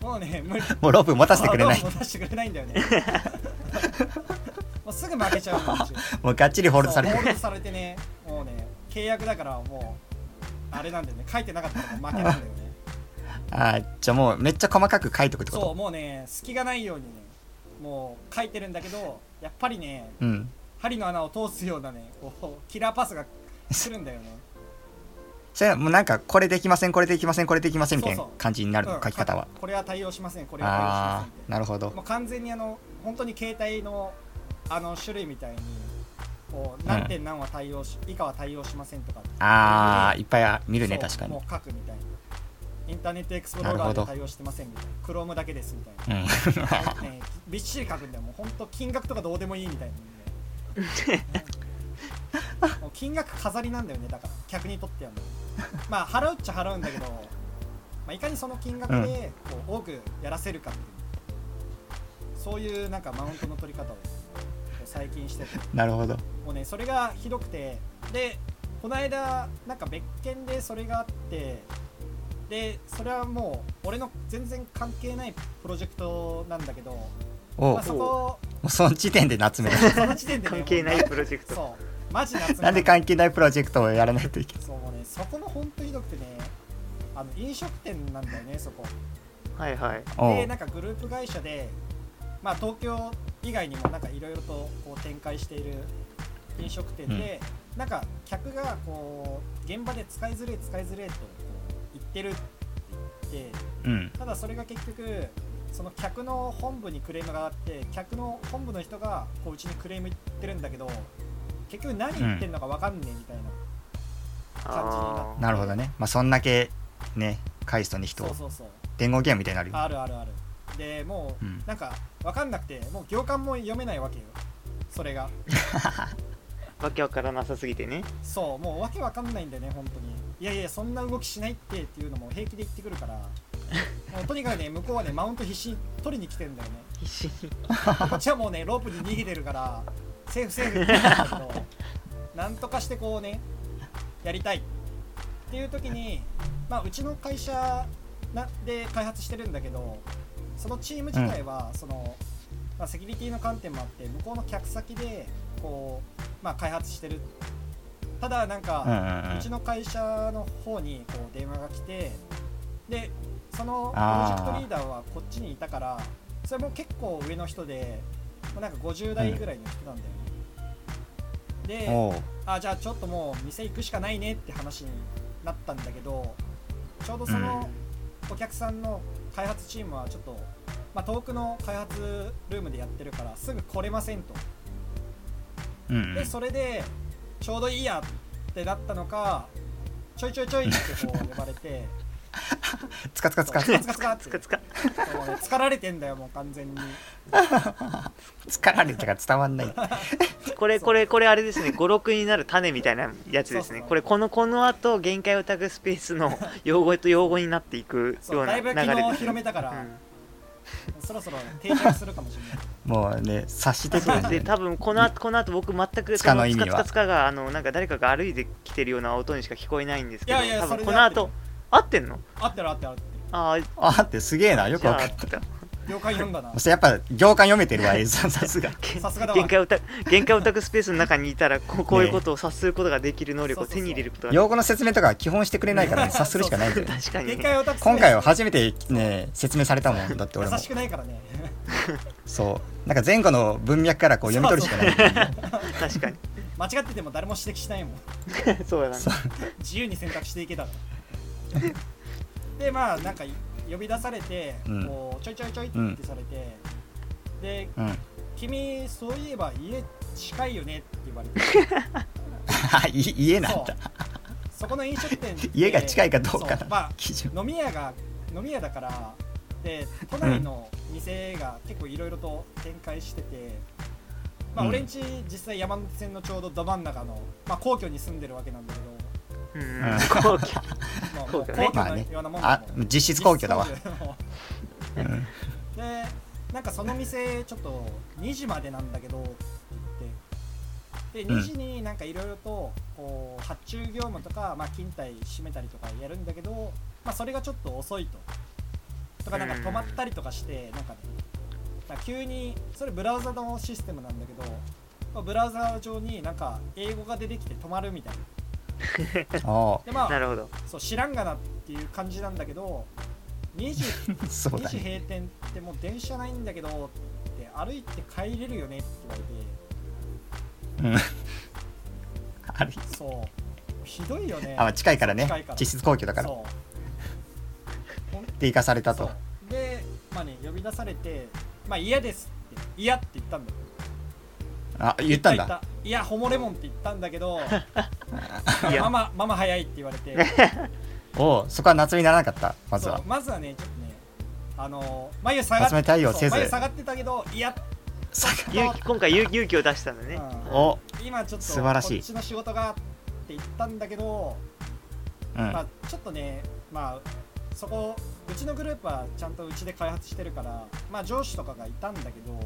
S1: もうね無理
S4: もうロープ持たせてくれない
S1: ロープ持たせてくれないんだ
S4: (laughs)
S1: よねもうすぐ負けちゃうのうち
S4: もうがっちりホールドされて
S1: そ
S4: る
S1: うホールドされてねもうね契約だからもうあれなんだよね書いてなかったから負けなんだよ
S4: (laughs)
S1: ね
S4: あーじゃあもうめっちゃ細かく書いとくってこ
S1: そう
S4: と
S1: もうね隙がないようにねもう書いてるんだけどやっぱりね
S4: うん
S1: 針の穴を通すようなねこうキラーパスが来るんだ
S4: (laughs)
S1: よね
S4: それはもうなんかこれできませんこれできませんこれできませんみたい
S1: そ
S4: な
S1: うそう
S4: 感じになる
S1: う
S4: の
S1: ん
S4: 書き方は
S1: これは対応しませんこれは対応しま
S4: あ
S1: せんっ
S4: あなるほど
S1: てもう完全にあの本当に携帯のあの種類みたいにこう何点何は対応し、以下は対応しませんとか
S4: ああいっぱいあ見るね
S1: そう
S4: 確かに
S1: もう書くみたいなインターネットエクスプロー
S4: なる
S1: ラー
S4: ほ
S1: で
S4: ど
S1: 対応してませんみたいな Chrome だけですみたいな
S4: うん (laughs)
S1: ね、びっしり書くんだよ、もう本当、金額とかどうでもいいみたいな、ね、もう金額飾りなんだよね、だから、客にとってはもう、まあ、払うっちゃ払うんだけど、まあ、いかにその金額でこう多くやらせるかっていう、そういうなんかマウントの取り方をこう最近してて、
S4: なるほど
S1: もうね、それがひどくて、で、この間、なんか別件でそれがあって、で、それはもう、俺の全然関係ないプロジェクトなんだけど、
S4: お
S1: まあ、そこ
S4: うその時点で夏目
S1: (laughs)
S4: だ
S1: その時点で、ね、
S2: 関係ない
S1: もう
S2: プロジェクト
S1: そうマジ夏目
S4: なんで関係ないプロジェクトをやらないといけない
S1: そうもうねそこも本当ひどくてねあの飲食店なんだよねそこ
S2: はいはい
S4: お
S1: で
S4: う
S1: なんかグループ会社でまあ東京以外にもなんかいろいろとこう展開している飲食店で、なんか客がこう現場で使いづれえ使いづれえとこう言ってるって言って
S4: うん
S1: ただそれが結局その客の本部にクレームがあって客の本部の人がこううちにクレーム言ってるんだけど結局何言ってんのか分かんねえみたいな、感じにな
S2: あ
S1: っ
S4: なるほどねまあそんだけね返すとに人
S1: そ
S4: を
S1: うそうそう
S4: 伝言ゲームみたいになるよ
S1: あるあるあるでもう、
S4: うん
S1: なんか分かんなくてもう行間も読めないわけよそれが
S2: ーわけわからなさすぎてね
S1: そうもうわけ分かんないんだよね本当にいやいやそんな動きしないってっていうのも平気で言ってくる
S2: (laughs)
S1: からもうとにかくね向こうはねマウント必死に取りに来てんだよね
S2: 必死に
S1: こっちはもうねロープに逃げてるからセーフセーフって言ってたけどなんとかしてこうねやりたいっていう時に、まあ、うちの会社なで開発してるんだけどそのチーム自体はその、まあ、セキュリティの観点もあって向こうの客先でこう、まあ、開発してるただなんか、
S4: うんうんうん
S1: うちの会社の方にこう電話が来てでそのプロジェクトリーダーはこっちにいたからそれも結構上の人でまあなんか50代ぐらいの人なんだよね、で
S3: おう
S1: あじゃあちょっともう店行くしかないねって話になったんだけどちょうどそのお客さんの開発チームはちょっと、まあ、遠くの開発ルームでやってるからすぐ来れませんと
S3: うんうん
S1: でそれでちょうどいいやってなったのかちょいちょいちょいってこう呼ばれて
S3: つかつかつか
S1: そうつかつかっ
S2: つ
S1: て
S2: かつか
S1: そうね疲られてんだよもう完全に
S3: 疲られたから伝わんない
S2: これこれこれあれですね56になる種みたいなやつです
S1: そう
S2: ね
S1: そう
S2: これこのこの後限界オタクスペー
S1: (laughs)
S2: スの用語と用語になっていく
S1: そ
S2: よう
S1: う
S2: な
S1: だい
S2: 流
S1: ぶ
S2: れ
S1: 昨日
S2: です
S1: 広めたから、
S2: う
S1: そろそろ定着するかもしれない
S3: もうね察してく
S2: ん
S3: る
S2: そう
S3: ね
S2: で多分この後この後僕全く
S3: つかの意
S2: そ
S3: 味
S2: つ
S3: は
S2: かつかつかがあのなんか誰かが歩いてきてるような音にしか聞こえないんですけど
S1: いやいや
S2: 多
S1: それ
S2: 分
S1: で
S2: この後合ってんの
S1: 合ってる合ってる合ってる
S2: ああ
S3: あってすげえなよく
S2: じ
S3: わ
S2: ゃあ
S3: か
S2: 合
S3: っ
S2: ったてた
S1: 了解読んだな
S3: それやっぱ行間読めてるわ映像さすが
S1: さすがだわ
S2: 限界オタ限界オタクスペースの中にいたらこうこういうことを察することができる能力を手に入れることができる
S3: 用語の説明とかは基本してくれないからね察するしかないんだよね
S2: 確かに
S1: 限
S2: ね
S1: 界オタクス
S3: 今回は初めてね説明されたもんだって俺も
S1: 優しくないからね
S3: そうなんか前後の文脈からこう読み取るしかない
S2: 確かに
S1: (laughs) 間違ってても誰も指摘しないもん
S2: そうだな
S1: 自由に選択していけたらでまあなんか呼び出されて、
S3: うん
S1: こうちょいちょいちょいってされて、で
S3: うん (laughs)
S1: 君そういえば家近いよねって言わ
S3: (laughs)
S1: れて
S3: い家な
S1: そ
S3: ん
S1: う
S3: だ
S1: そこの飲食店って
S3: 家が近いかどうか
S1: そ
S3: な
S1: ま
S3: 基準
S1: あ、飲み屋が飲み屋だからで都内の店が結構いろいろと展開してて、まあ
S3: うん
S1: 俺んち実際山手線のちょうどど真ん中の、まあ、皇居に住んでるわけなんだけど
S2: うん (laughs)
S3: うん
S2: 皇居
S3: (laughs)
S1: まあも
S2: 皇
S1: う皇居
S2: 居ね
S3: まあ
S1: の
S3: ね
S1: ようなもんだ
S3: あ
S1: もん
S3: 実質皇居だわ
S1: 実質皇居だもん
S3: うん
S1: (laughs) でなんかその店ちょっと2時までなんだけどって言ってで
S3: うん
S1: 2時になんかいろいろとこう発注業務とか、まあ、勤怠閉めたりとかやるんだけど、まあ、それがちょっと遅いととかなんか
S2: うん
S1: 止まったりとかしてなんか,、ね、なんか急にそれブラウザのシステムなんだけどまあブラウザ上になんか英語が出てきて止まるみたいな
S3: あ
S1: でま
S2: な
S1: あ
S2: るほど
S1: そう知らんがなっていう感じなんだけど20
S3: あそう
S1: 2
S3: だ
S1: 時
S3: ね
S1: 閉店ってもう電車ないんだけどって歩いて帰れるよねって言われ
S3: うんあれ
S1: てそうひどいよね
S3: あまあ近いからね
S1: 近いから
S3: 実質皇居だから
S1: そうほん
S3: で行かされた
S1: そ
S3: と
S1: うでまあね呼び出されて「まあ嫌です」って「嫌」って言ったんだ
S3: あ言ったん
S1: 言
S3: だ
S1: いやホモレモンって言ったんだけ
S3: (laughs)
S1: ど
S2: いや
S1: ママママ早いって言われて
S3: おうそこは夏にならなかった (laughs) まず
S1: そう
S3: は
S1: まずはねちょっとねあの眉下がっ
S3: 集めたいよ
S1: そう
S3: せず
S1: 眉下がってたけど嫌って
S3: さ
S2: 勇気今回勇勇気を出したんだね
S1: うん
S3: お
S1: 今ちょっと
S3: 素晴らしい
S1: こっちの仕事がって言ったんだけど、
S3: う
S1: ま
S3: ん
S1: あ、ちょっとね、まあ、そこうちのグループはちゃんとうちで開発してるから、まあ、上司とかがいたんだけど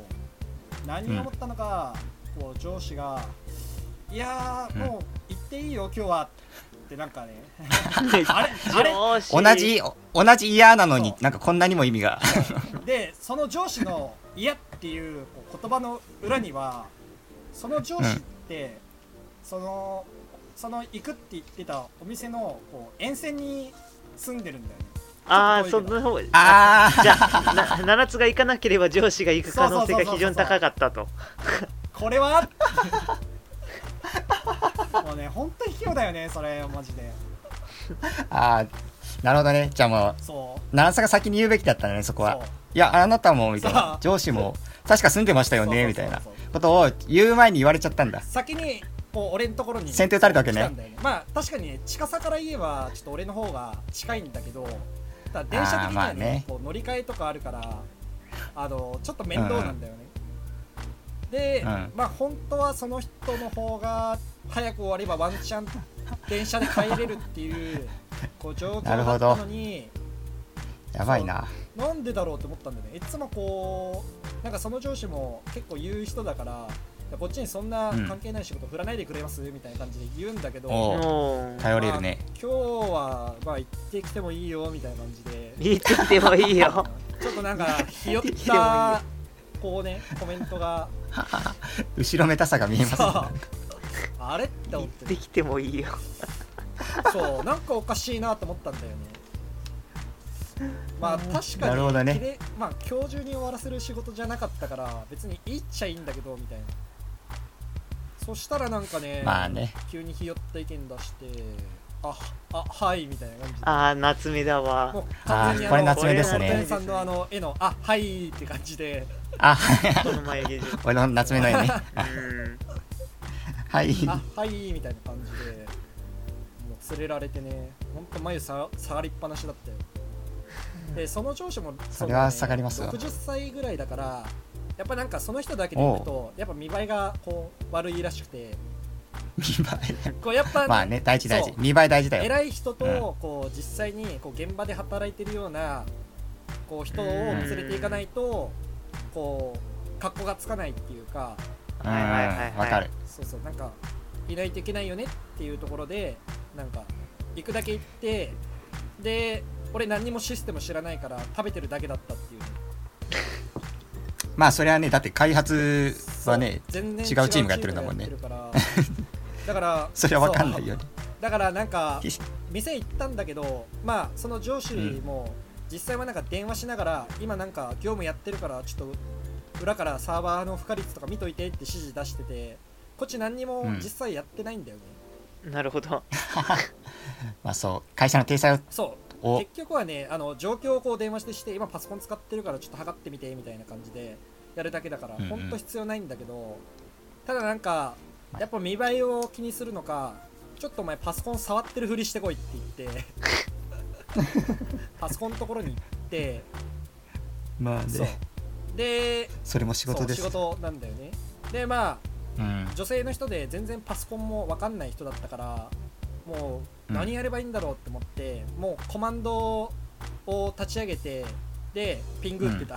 S1: 何を思ったのか、こう上司が「いやー
S3: うん
S1: もう行っていいよ今日は」ってなんかね
S3: (laughs)
S2: あ (laughs)
S1: あれあれ
S2: 同
S3: 同じお同じ嫌なのに
S1: そう
S3: なんかこんなにも意
S1: (laughs)
S3: 味が
S1: でその上司の「嫌」っていうこう言葉の裏にはその上司って、そのその行くって言ってたお店のこう沿線に住んでるんだよね
S2: ああその方
S3: あ
S2: じゃあな七つが行かなければ上司が行く可能性が非常に高かったと
S1: これは (laughs) もうね本当に卑怯だよねそれマジで
S3: ーあーなるほどねじゃあもう
S1: そう
S3: 奈良さんが先に言うべきだったねそこは
S1: そう
S3: いやあなたもみたい
S1: そう
S3: な上司も確か住んでましたよね
S1: そう
S3: み
S1: そう
S3: た
S1: そう
S3: い
S1: そう
S3: なことを言う前に言われちゃったんだ
S1: 先にこう俺のところに
S3: 先手打たれたわけね
S1: 来んだよまあ確かにね近さから言えばちょっと俺の方が近いんだけどただ電車的には
S3: あー
S1: ね
S3: まあね
S1: こう乗り換えとかあるからあのちょっと面倒なんだよね、で、
S3: うん
S1: まあ本当はその人の方が早く終わればワンチャン電車で帰れるっていうこう状況
S3: なる
S1: だ
S3: ほ
S1: っ
S3: ど
S1: たのに
S3: やばいな
S1: なんでだろうって思ったんだよねいつもこうなんかその上司も結構言う人人だからいやこっちにそんな
S3: うん
S1: 関係ない仕事振らないでくれますみたいな感じで言うんだけど、
S3: おう
S2: もう
S3: 頼れるね
S1: まあ今日はまあ行ってきてもいいよみたいな感じで
S2: 言ってきてもい
S1: (laughs)
S2: いよ
S1: ちょっとなんかひよっ
S2: 行ってきてもいいよ
S1: たこうねコメントが
S3: 後ろめたさが見えます
S1: さああれって
S2: 言
S1: 思っ
S2: っててきてもいいよ
S1: そうなんかおかしいなと思ったんだよねまあ確かに
S3: なるほどね
S1: きれまあ今日中に終わらせる仕事じゃなかったから別にいいっちゃいいんだけどみたいなそしたらなんかね、
S3: まあね
S1: 急にひよった意見出してああはいみたいな感じで
S2: ああ夏目だわ
S1: もう完全にあの
S3: あーこれ夏目です
S2: ね
S1: 森谷さんのあの絵のあはいって感じで
S3: あはい
S2: この眉毛じ
S3: 俺の夏目の絵
S1: (laughs)
S3: ね
S2: ゃうん
S3: はい (laughs)
S1: あはいみたいな感じでもう連れられてねほんと眉さ下がりっぱなしだったよでその上司も
S3: それは下がりますわ
S1: 60歳ぐらいだからやっぱなんかその人だけで行くとやっぱ見栄えがこう悪いらしくて
S3: 見栄え
S1: こうやっぱ、
S3: まあね大事大事
S1: そう
S3: 見栄え大事だよ
S1: 偉い人
S3: う
S1: とこう実際にこう現場で働いてるようなこう人を連れていかないとこう格好がつかないっていうか
S3: うん
S2: はいはいはいはい
S3: わかる
S1: そうそうなんかいないといけないよねっていうところでなんか行くだけ行ってで俺何にもシステム知らないから食べてるだけだったっていうね
S3: まあそれはねだって開発はね
S1: 全然
S3: 違うチームがやってるんだもんね
S1: 違うチームがやってるからだから
S3: (laughs) それはわかんないよね
S1: だからなんか
S3: 決し
S1: 店行ったんだけどまあその上司も実際はなんか電話しながら、今なんか業務やってるからちょっと裏からサーバーの負荷率とか見といてって指示出しててこっち何にも
S3: うん
S1: 実際やってないんだよね、
S2: なるほど
S3: まあそう会社の体裁を
S1: そう
S3: お
S1: 結局はねあの状況をこう電話してして今パソコン使ってるからちょっと測ってみてみたいな感じでやるだけだから、
S3: うんうん
S1: ほんと必要ないんだけどただなんかやっぱ見栄えを気にするのかちょっとお前パソコン触ってるふりしてこいって言
S3: (laughs)
S1: ってパソコンのところに行って
S3: まあ
S1: そう
S3: ね
S1: で
S3: それも仕事で
S1: そう
S3: す
S1: 仕事なんだよねでま
S3: うん
S1: あ女性の人で全然パソコンも分かんない人だったからもう
S3: うん
S1: 何やればいいんだろうって思って、もうコマンドを立ち上げてでピング打ってた、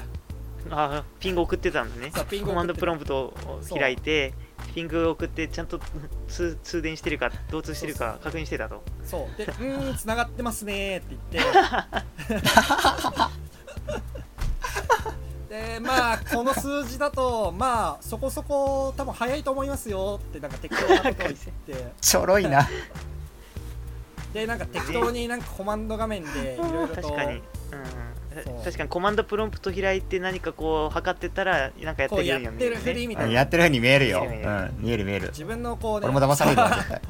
S2: あーピング送ってたんだね
S1: そうピング送ってた
S2: コマンドプロンプトを開いてピング送ってちゃんと通通電してるか同通してるか確認してたと
S1: そう
S3: (laughs)
S1: で「うーん繋がってますね」って言ってでまあこの数字だとまあそこそこ多分早いと思いますよってなんか適当
S3: (laughs)
S1: なことを言って
S3: ちょろ
S1: (laughs)
S3: いな
S1: でなんか適当になんかコマンド画面でいろいろと
S2: 確かに、
S1: そう
S2: うん、確かにコマンドプロンプト開いて何かこう測ってたらなんかやって
S1: こう
S2: るよ
S1: や
S2: うには
S1: っ
S2: 見え
S1: て
S2: る
S1: るふ
S2: ね
S1: りみた
S3: う
S1: い
S3: ん
S1: な、
S3: やってるように見えるよ
S2: 見えるよ
S3: うん見える見える
S1: 自分のこうね
S3: 俺も騙されるわ絶対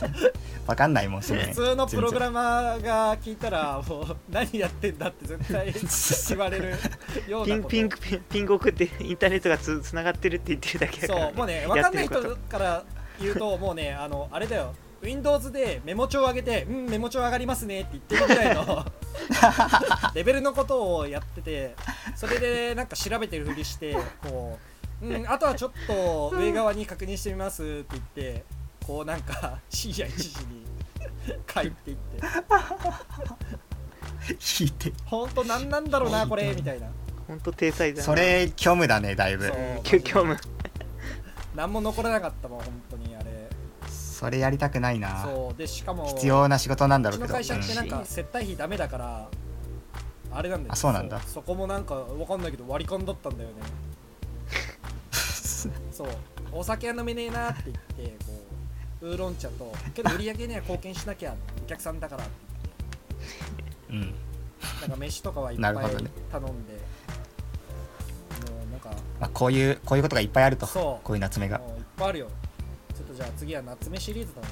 S1: (laughs)
S3: わかんないもんそれ
S1: 普通のプログラマーが聞いたらもう何やってんだって絶
S2: (laughs)
S1: 対言われるよう
S2: ピ
S1: な
S2: ン
S1: こと
S2: ピングピンピング送ってインターネットがつつながってるって言ってるだけだから、
S1: そうもうね分
S2: や
S1: か
S2: っ
S1: んな
S2: て
S1: い
S2: ること
S1: 人から言うともうねあのあれだよ Windows でメモ帳を上げて「うんメモ帳上がりますね」って言ってるぐらい
S2: (laughs)
S1: のレベルのことをやっててそれでなんか調べてるふりしてこう、うん、あとはちょっと上側に確認してみますって言ってこうなんか深夜1時に帰っていって
S3: 引いて
S1: ほんと何なんだろうなこれみたいな
S2: ほんと天才だな
S3: それ虚無だねだいぶ
S1: そう
S2: 急遽む
S1: 何も残らなかったもん本当にあれ
S3: それやりたくないな
S1: そうでしかも
S3: 必要な仕事なんだ
S1: う
S3: ろ
S1: ち
S3: うけ
S1: の
S3: ど
S1: 会社ってなん
S3: う
S1: か
S3: ん
S1: 接待費ダメだからあれなんだよ
S3: あそうなんだ
S1: そそこもなんかわかんないけど割り勘だったんだよ
S3: (laughs)
S1: ねそうお酒は飲めねえなって言ってこうウーロン茶とけど売り上げには貢献しなきゃお客さんだからって
S3: うん
S1: 言ってなんか飯とかはいっぱ
S3: ないる
S1: 頼
S3: ほ
S1: ん
S3: ど
S1: で、
S3: ね
S1: もうなんか
S3: まあこういうこういうことがいっぱいあると
S1: そう
S3: こういう夏目が
S1: もういっぱいあるよちょっとじゃあ次は夏目シリーズだね